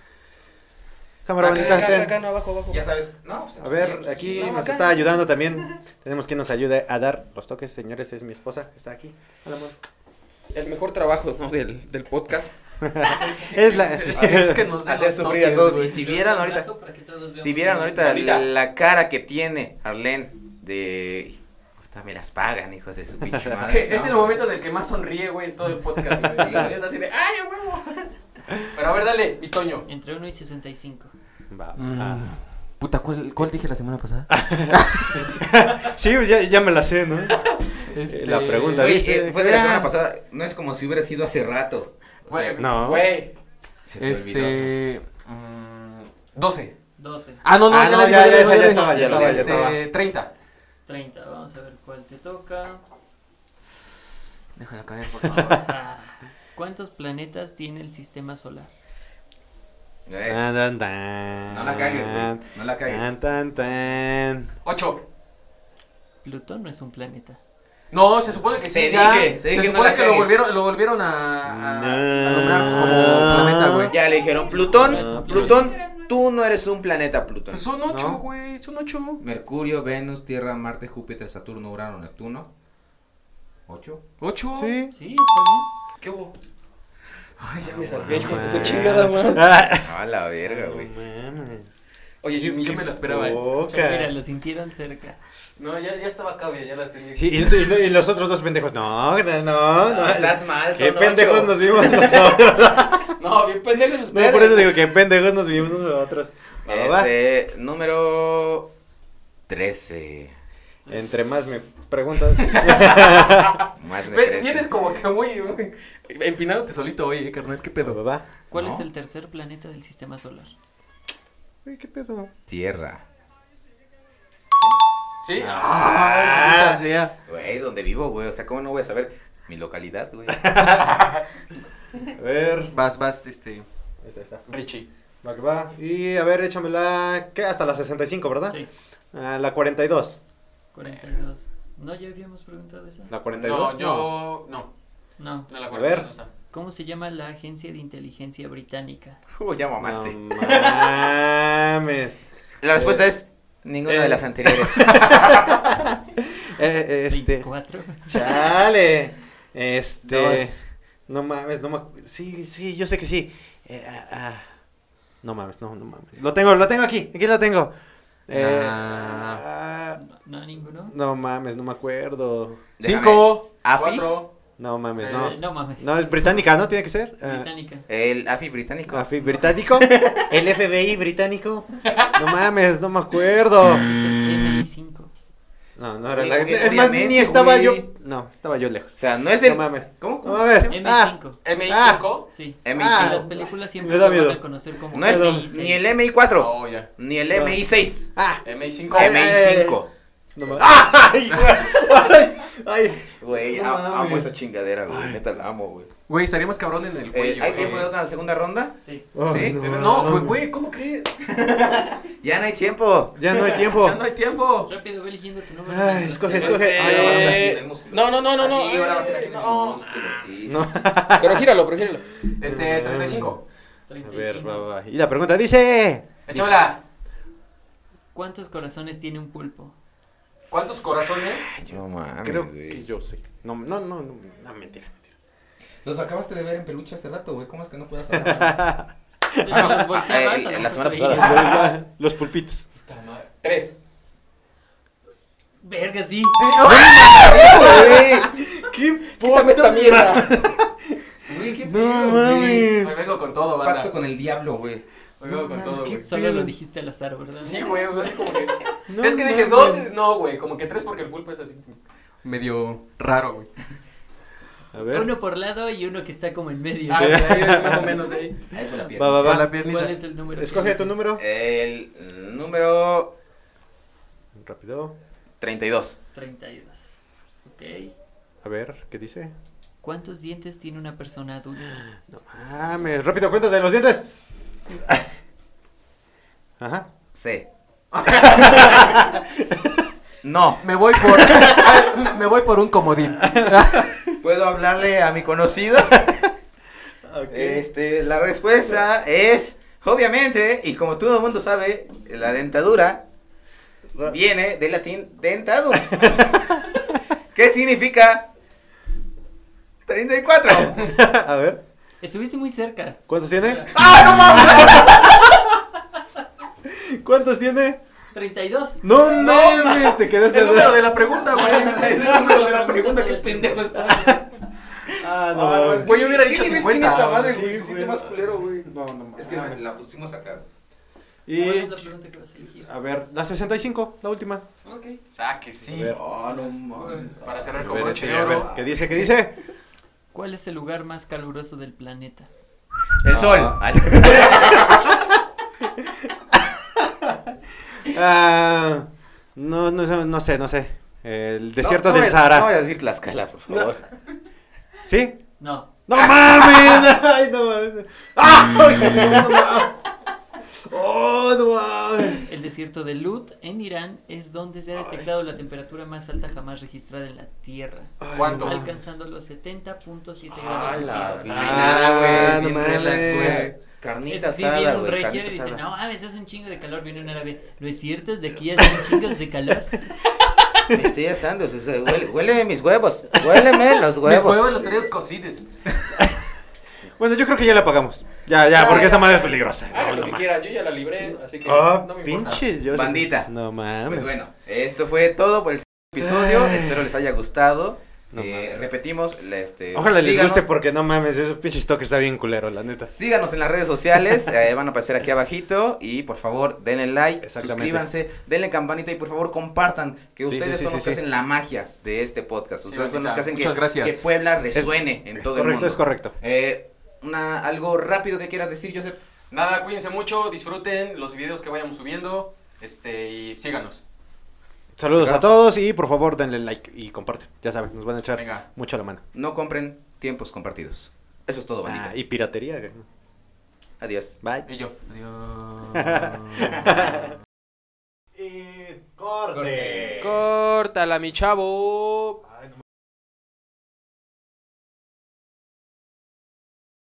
Speaker 3: Cámara
Speaker 7: Acá,
Speaker 3: bonita,
Speaker 7: acá,
Speaker 3: ten.
Speaker 7: acá, acá, no, abajo, abajo. Ya sabes. No, pues,
Speaker 3: A ver, aquí
Speaker 7: No,
Speaker 3: nos
Speaker 7: acá.
Speaker 3: está ayudando también. Tenemos quien nos ayude a dar los toques, señores. Es mi esposa, está aquí. Hola, amor.
Speaker 2: El mejor trabajo, ¿no? Del, del podcast.
Speaker 3: Es la.
Speaker 4: Es que nos
Speaker 2: Hacer sufrir a todos. Y si vieran ahorita, si vieran ahorita la, la cara que tiene Arlen de... Ahorita me las pagan, hijos de su pinche madre.
Speaker 4: Es
Speaker 2: ¿no?
Speaker 4: el momento en el que más sonríe, güey, en todo el podcast. güey. Es así de, ¡ay, a huevo! Pero a ver, dale, mi Toño.
Speaker 5: Entre 1 y 65.
Speaker 3: Va.
Speaker 4: Mm. Ah. Puta, ¿cuál, cuál dije la semana pasada?
Speaker 3: Ah. Sí, ya, ya me la sé, ¿no?
Speaker 4: Este,
Speaker 3: La pregunta
Speaker 2: Güey,
Speaker 3: dice.
Speaker 2: eh, fue de la
Speaker 3: ah,
Speaker 2: semana pasada. No es como si hubiera sido hace rato.
Speaker 4: Güey,
Speaker 3: No.
Speaker 4: Güey.
Speaker 2: Se te olvidó.
Speaker 4: Este... mm, 12.
Speaker 5: 12,
Speaker 4: Ah, no, no,
Speaker 3: Ah,
Speaker 4: ya,
Speaker 3: no,
Speaker 4: la
Speaker 3: ya,
Speaker 4: dije,
Speaker 3: ya,
Speaker 4: la
Speaker 3: ya
Speaker 4: dije.
Speaker 3: estaba, ya estaba, ya
Speaker 4: Este,
Speaker 3: estaba.
Speaker 4: 30.
Speaker 5: 30. Vamos a ver cuál te toca.
Speaker 4: Déjala caer, por favor.
Speaker 5: Ah, ¿Cuántos planetas tiene el sistema solar?
Speaker 2: Eh,
Speaker 3: Tan, tan, tan.
Speaker 2: No la cagues,
Speaker 3: Ah,
Speaker 2: güey. No la cagues.
Speaker 3: Tan, tan, tan.
Speaker 4: 8.
Speaker 5: Plutón no es un planeta.
Speaker 4: No, se supone que sí.
Speaker 2: Te
Speaker 4: ya.
Speaker 2: dije, te
Speaker 4: se
Speaker 2: dije que no
Speaker 4: supone
Speaker 2: la
Speaker 4: que lo
Speaker 2: cagues.
Speaker 4: volvieron, lo volvieron a, a, a
Speaker 3: No.
Speaker 4: nombrar Ah, como planeta,
Speaker 3: ah.
Speaker 4: güey.
Speaker 2: Ya le dijeron, Plutón,
Speaker 3: pues
Speaker 2: Plutón, tú no eres un planeta, Plutón.
Speaker 4: Son 8,
Speaker 3: No.
Speaker 4: güey. Son 8.
Speaker 2: Mercurio, Venus, Tierra, Marte, Júpiter, Saturno, Urano, Neptuno. ¿Ocho?
Speaker 4: 8.
Speaker 3: Sí.
Speaker 5: Sí, está
Speaker 2: ¿Qué hubo?
Speaker 4: Ay, ya me salvé, hijos de
Speaker 3: Ah.
Speaker 4: su chingada, madre.
Speaker 3: Ah,
Speaker 2: A la verga,
Speaker 3: no
Speaker 2: güey.
Speaker 3: mames.
Speaker 4: Oye, yo, yo me la esperaba, eh.
Speaker 3: Poca.
Speaker 5: bien. Mira, lo sintieron cerca.
Speaker 4: No, ya, ya estaba acá, güey, ya la tenía.
Speaker 3: Sí, y, y- y los otros dos pendejos. No, no, no. no
Speaker 2: estás mal,
Speaker 3: Ah, Qué
Speaker 2: son ocho.
Speaker 3: pendejos nos vimos nosotros.
Speaker 4: No, bien pendejos ustedes.
Speaker 3: No, por eso digo que pendejos nos vimos nosotros. Va, va, va.
Speaker 2: Este, número 13.
Speaker 3: Entre más me preguntas.
Speaker 2: Más me
Speaker 4: Ves,
Speaker 2: crece.
Speaker 4: Vienes como que muy, muy empinándote solito, oye, carnal, qué
Speaker 3: va,
Speaker 4: pedo.
Speaker 3: va.
Speaker 5: ¿Cuál
Speaker 2: No.
Speaker 5: es el tercer planeta del sistema solar?
Speaker 3: Uy, ¿Qué pedo?
Speaker 2: Tierra.
Speaker 4: Sí.
Speaker 3: Ah.
Speaker 4: Ah, sea.
Speaker 2: Güey, es donde vivo, güey. O sea, ¿cómo no voy a saber mi localidad, güey?
Speaker 3: A ver.
Speaker 4: Vas, vas, este,
Speaker 3: Esta, esta.
Speaker 4: Richie.
Speaker 3: Va que va. Y a ver, échamela. ¿Qué? Hasta la 65, ¿verdad?
Speaker 5: Sí,
Speaker 3: Ah, la 42.
Speaker 5: 42. ¿No ya habíamos preguntado esa?
Speaker 3: La
Speaker 4: No,
Speaker 3: 42.
Speaker 4: yo, no,
Speaker 5: No.
Speaker 4: no la
Speaker 3: A
Speaker 4: acuerdo.
Speaker 3: ver.
Speaker 4: no está.
Speaker 5: ¿Cómo se llama la agencia de inteligencia británica?
Speaker 2: Uy, ya
Speaker 3: No
Speaker 2: mamaste.
Speaker 3: mames.
Speaker 2: La respuesta es ninguna de
Speaker 3: Eh.
Speaker 2: las anteriores.
Speaker 3: Eh, eh, este.
Speaker 5: 24.
Speaker 3: Chale. Este.
Speaker 4: Dos.
Speaker 3: No mames, no mames. Sí, sí, yo sé que sí. Eh, ah, ah. No mames, no, no mames. Lo tengo, lo tengo aquí. Aquí lo tengo. Eh, ah,
Speaker 5: No, no, ninguno.
Speaker 3: no mames, no me acuerdo.
Speaker 2: Déjame.
Speaker 4: Cinco,
Speaker 2: Afi.
Speaker 4: cuatro.
Speaker 3: No mames,
Speaker 4: Eh,
Speaker 3: no.
Speaker 5: Eh, no mames.
Speaker 3: No, es británica, ¿no? Tiene que ser. Ah,
Speaker 5: Británica.
Speaker 2: El AFI británico.
Speaker 3: AFI británico. El FBI británico. No mames, no me acuerdo.
Speaker 5: Es el MI5.
Speaker 3: No, no era
Speaker 2: Güey,
Speaker 3: la.
Speaker 2: güey,
Speaker 3: Es más, ni
Speaker 2: obviamente,
Speaker 3: estaba
Speaker 2: güey.
Speaker 3: yo. No, estaba yo lejos.
Speaker 2: O sea, no es
Speaker 3: No
Speaker 2: el.
Speaker 3: mames.
Speaker 2: ¿Cómo?
Speaker 3: No
Speaker 2: ¿Cómo?
Speaker 3: mames. Ah,
Speaker 5: MI5.
Speaker 4: MI5.
Speaker 5: Sí.
Speaker 2: MI5.
Speaker 5: Sí,
Speaker 3: Ah.
Speaker 5: las películas siempre
Speaker 3: Me da
Speaker 5: lo van
Speaker 3: miedo.
Speaker 5: a conocer como
Speaker 2: No es
Speaker 5: MI6.
Speaker 2: ni el MI4,
Speaker 4: Oh, ya.
Speaker 2: ni el
Speaker 3: No.
Speaker 2: MI6,
Speaker 3: ah,
Speaker 4: MI5.
Speaker 3: Eh,
Speaker 2: MI5.
Speaker 3: No mames. ¡Ay! ¡Ay!
Speaker 2: Güey,
Speaker 3: No
Speaker 2: a- amo
Speaker 3: mames.
Speaker 2: esa chingadera, güey. Neta la amo, güey.
Speaker 4: Güey, estaríamos cabrón en el
Speaker 2: Eh,
Speaker 4: cuello.
Speaker 2: ¿Hay
Speaker 4: güey.
Speaker 2: tiempo de otra segunda ronda?
Speaker 5: Sí.
Speaker 3: Oh,
Speaker 2: Sí.
Speaker 4: No, güey, güey, ¿cómo crees?
Speaker 2: Ya no hay tiempo.
Speaker 3: Ya no hay tiempo.
Speaker 4: Ya no hay tiempo.
Speaker 5: Rápido, ve eligiendo tu número.
Speaker 3: Ay, escoge, escoge.
Speaker 4: Eh,
Speaker 2: Ahora va a ser aquí en el músculo.
Speaker 4: no, no, no, no, no.
Speaker 2: Aquí, ahora va a ser
Speaker 4: eh,
Speaker 2: aquí en el
Speaker 4: no.
Speaker 2: músculo, sí, sí,
Speaker 3: No.
Speaker 2: sí.
Speaker 4: Pero gíralo, pero gíralo. Este, 35.
Speaker 3: A
Speaker 5: 35.
Speaker 3: ver, va, va. Y la pregunta dice.
Speaker 4: Échamela.
Speaker 5: ¿Cuántos corazones tiene un pulpo?
Speaker 4: ¿Cuántos corazones?
Speaker 2: No mames,
Speaker 3: Creo
Speaker 2: güey.
Speaker 3: que yo sé. No, no, no, no, no, mentira.
Speaker 7: Los acabaste de ver en peluche hace rato, güey. ¿Cómo es que no puedas hablar?
Speaker 5: Entonces, si los
Speaker 2: eh,
Speaker 5: volteabas, a lo
Speaker 2: la semana
Speaker 5: mejor se
Speaker 2: pasada.
Speaker 5: veía.
Speaker 3: Los pulpitos.
Speaker 4: Puta madre. Tres.
Speaker 5: Verga, sí.
Speaker 4: Quítame esta mierda.
Speaker 7: Güey, qué feo,
Speaker 3: No
Speaker 7: güey.
Speaker 3: mames.
Speaker 4: Me vengo con todo,
Speaker 7: Pacto
Speaker 4: banda.
Speaker 7: con el diablo, güey.
Speaker 4: Me vengo con todo, güey.
Speaker 5: Pues, Solo lo dijiste al azar, ¿verdad?
Speaker 4: Sí, güey, o sea, es como que.
Speaker 3: No
Speaker 4: es que dije
Speaker 3: mames.
Speaker 4: dos. y- No, güey, como que tres porque el pulpo es así. Medio raro, güey.
Speaker 3: A ver.
Speaker 5: Uno por lado y uno que está como en medio.
Speaker 4: Ah, ahí es más o menos ahí.
Speaker 7: Ahí fue la pierna.
Speaker 3: Va, va,
Speaker 4: Con la
Speaker 3: va.
Speaker 4: piernita.
Speaker 5: ¿Cuál es el número? que
Speaker 3: Escoge tu
Speaker 5: eliges?
Speaker 3: número.
Speaker 2: El número
Speaker 3: Rápido.
Speaker 2: 32.
Speaker 5: 32. Ok.
Speaker 3: A ver, ¿qué dice?
Speaker 5: ¿Cuántos dientes tiene una persona adulta?
Speaker 3: No mames. Rápido, cuentas de los dientes. Ajá.
Speaker 2: C. no.
Speaker 4: Me voy por. Ay, me voy por un comodín.
Speaker 2: ¿Puedo hablarle a mi conocido? Este, la respuesta es, obviamente, y como todo el mundo sabe, la dentadura viene del latín dentadum. ¿Qué significa 34?
Speaker 3: A ver.
Speaker 5: Estuviste muy cerca.
Speaker 3: ¿Cuántos tiene?
Speaker 2: ¡Ah,
Speaker 3: ¿Cuántos tiene?
Speaker 5: 32.
Speaker 3: No, no mames. Te quedaste.
Speaker 4: El número de la pregunta,
Speaker 2: no mames!
Speaker 4: güey.
Speaker 2: Es el número de la pregunta, qué pendejo está.
Speaker 3: Ah, no
Speaker 2: Ah,
Speaker 3: mames.
Speaker 2: no,
Speaker 4: Güey, yo hubiera dicho
Speaker 2: ¿Qué nivel
Speaker 4: 50.
Speaker 2: tiene esta madre,
Speaker 3: Sí,
Speaker 2: güey?
Speaker 3: güey.
Speaker 2: Se siente más culero, güey.
Speaker 3: No, no mames.
Speaker 2: Es que la, la pusimos acá.
Speaker 5: ¿Cuál
Speaker 3: Y.
Speaker 5: es la pregunta que vas a elegir?
Speaker 3: A ver, la 65, la última.
Speaker 5: Ok.
Speaker 4: Saque,
Speaker 3: A
Speaker 4: sí.
Speaker 3: ver.
Speaker 2: Oh, no mames.
Speaker 4: Para cerrar
Speaker 3: A
Speaker 4: con
Speaker 3: ver,
Speaker 4: broche
Speaker 3: sí,
Speaker 4: de
Speaker 3: a ver,
Speaker 4: oro.
Speaker 3: ¿qué dice? ¿Qué dice?
Speaker 5: ¿Cuál es el lugar más caluroso del planeta?
Speaker 2: El sol.
Speaker 3: Ah, no, no, sé, no sé, no sé. El desierto
Speaker 2: No, no
Speaker 3: del
Speaker 2: voy a-
Speaker 3: Sahara.
Speaker 2: No voy a decir Tlaxcala, por favor.
Speaker 3: ¿Sí?
Speaker 5: No.
Speaker 3: ¡No mames! ¡Ay, no mames! ¡Ah! ¡Oh, no mames!
Speaker 5: El desierto de Lut en Irán es donde se ha detectado la temperatura más alta jamás registrada en la Tierra,
Speaker 3: Ah,
Speaker 4: ¿Cuánto?
Speaker 5: alcanzando los 70.7 grados centígrados.
Speaker 2: vida.
Speaker 3: Ah, no
Speaker 4: bien relax,
Speaker 3: mames.
Speaker 4: güey.
Speaker 2: Carnita
Speaker 5: Es, sí,
Speaker 2: asada,
Speaker 5: viene un
Speaker 2: güey.
Speaker 5: regio y
Speaker 2: Carnita
Speaker 5: dice,
Speaker 2: asada.
Speaker 5: no mames, es un chingo de calor, viene un árabe. No es cierto, es de aquí hacen chingos de calor.
Speaker 2: Me estoy asando. se- se- Huele, huéleme mis huevos. Huéleme los
Speaker 4: Mis huevos
Speaker 2: huevos.
Speaker 4: los traigo cocides.
Speaker 3: Bueno, yo creo que ya la pagamos. Ya, ya, porque esa madre es peligrosa.
Speaker 4: Haga
Speaker 3: No,
Speaker 4: lo
Speaker 3: no
Speaker 4: que
Speaker 3: mames.
Speaker 4: quiera, yo ya la libré, así que
Speaker 3: Ah,
Speaker 4: no me importa.
Speaker 3: pinches, yo sé-
Speaker 2: Bandita.
Speaker 3: No
Speaker 2: Pues
Speaker 3: mames.
Speaker 2: bueno, esto fue todo por el episodio.
Speaker 3: Ay.
Speaker 2: Espero les haya gustado.
Speaker 3: No
Speaker 2: Eh,
Speaker 3: mames.
Speaker 2: repetimos, la- este,
Speaker 3: Ojalá les
Speaker 2: síganos-
Speaker 3: guste porque no mames, esos pinches toques está bien culero, la neta.
Speaker 2: Síganos en las redes sociales, eh, van a aparecer aquí abajito y por favor denle like,
Speaker 3: Exactamente.
Speaker 2: suscríbanse, denle campanita y por favor compartan que
Speaker 3: Sí,
Speaker 2: ustedes
Speaker 3: sí,
Speaker 2: son
Speaker 3: sí,
Speaker 2: los
Speaker 3: sí,
Speaker 2: que
Speaker 3: sí.
Speaker 2: hacen la magia de este podcast.
Speaker 4: Sí,
Speaker 2: Ustedes son los
Speaker 4: bandita,
Speaker 2: que hacen que,
Speaker 4: muchas gracias.
Speaker 2: que Puebla resuene en
Speaker 3: Es
Speaker 2: todo el
Speaker 3: correcto,
Speaker 2: mundo.
Speaker 3: es correcto.
Speaker 2: Eh, una, algo rápido que quieras decir, Joseph.
Speaker 4: Nada, cuídense mucho, disfruten los videos que vayamos subiendo, este, y síganos.
Speaker 3: Saludos
Speaker 2: Claro.
Speaker 3: a todos y por favor denle like y comparten. Ya saben, nos van a echar
Speaker 4: Venga.
Speaker 3: mucho la mano.
Speaker 2: No compren tiempos compartidos. Eso es todo, bandita.
Speaker 3: Ah, y piratería. güey.
Speaker 2: Adiós.
Speaker 3: Bye.
Speaker 4: Y yo. Adiós.
Speaker 3: Y corte.
Speaker 4: Córtala, mi chavo.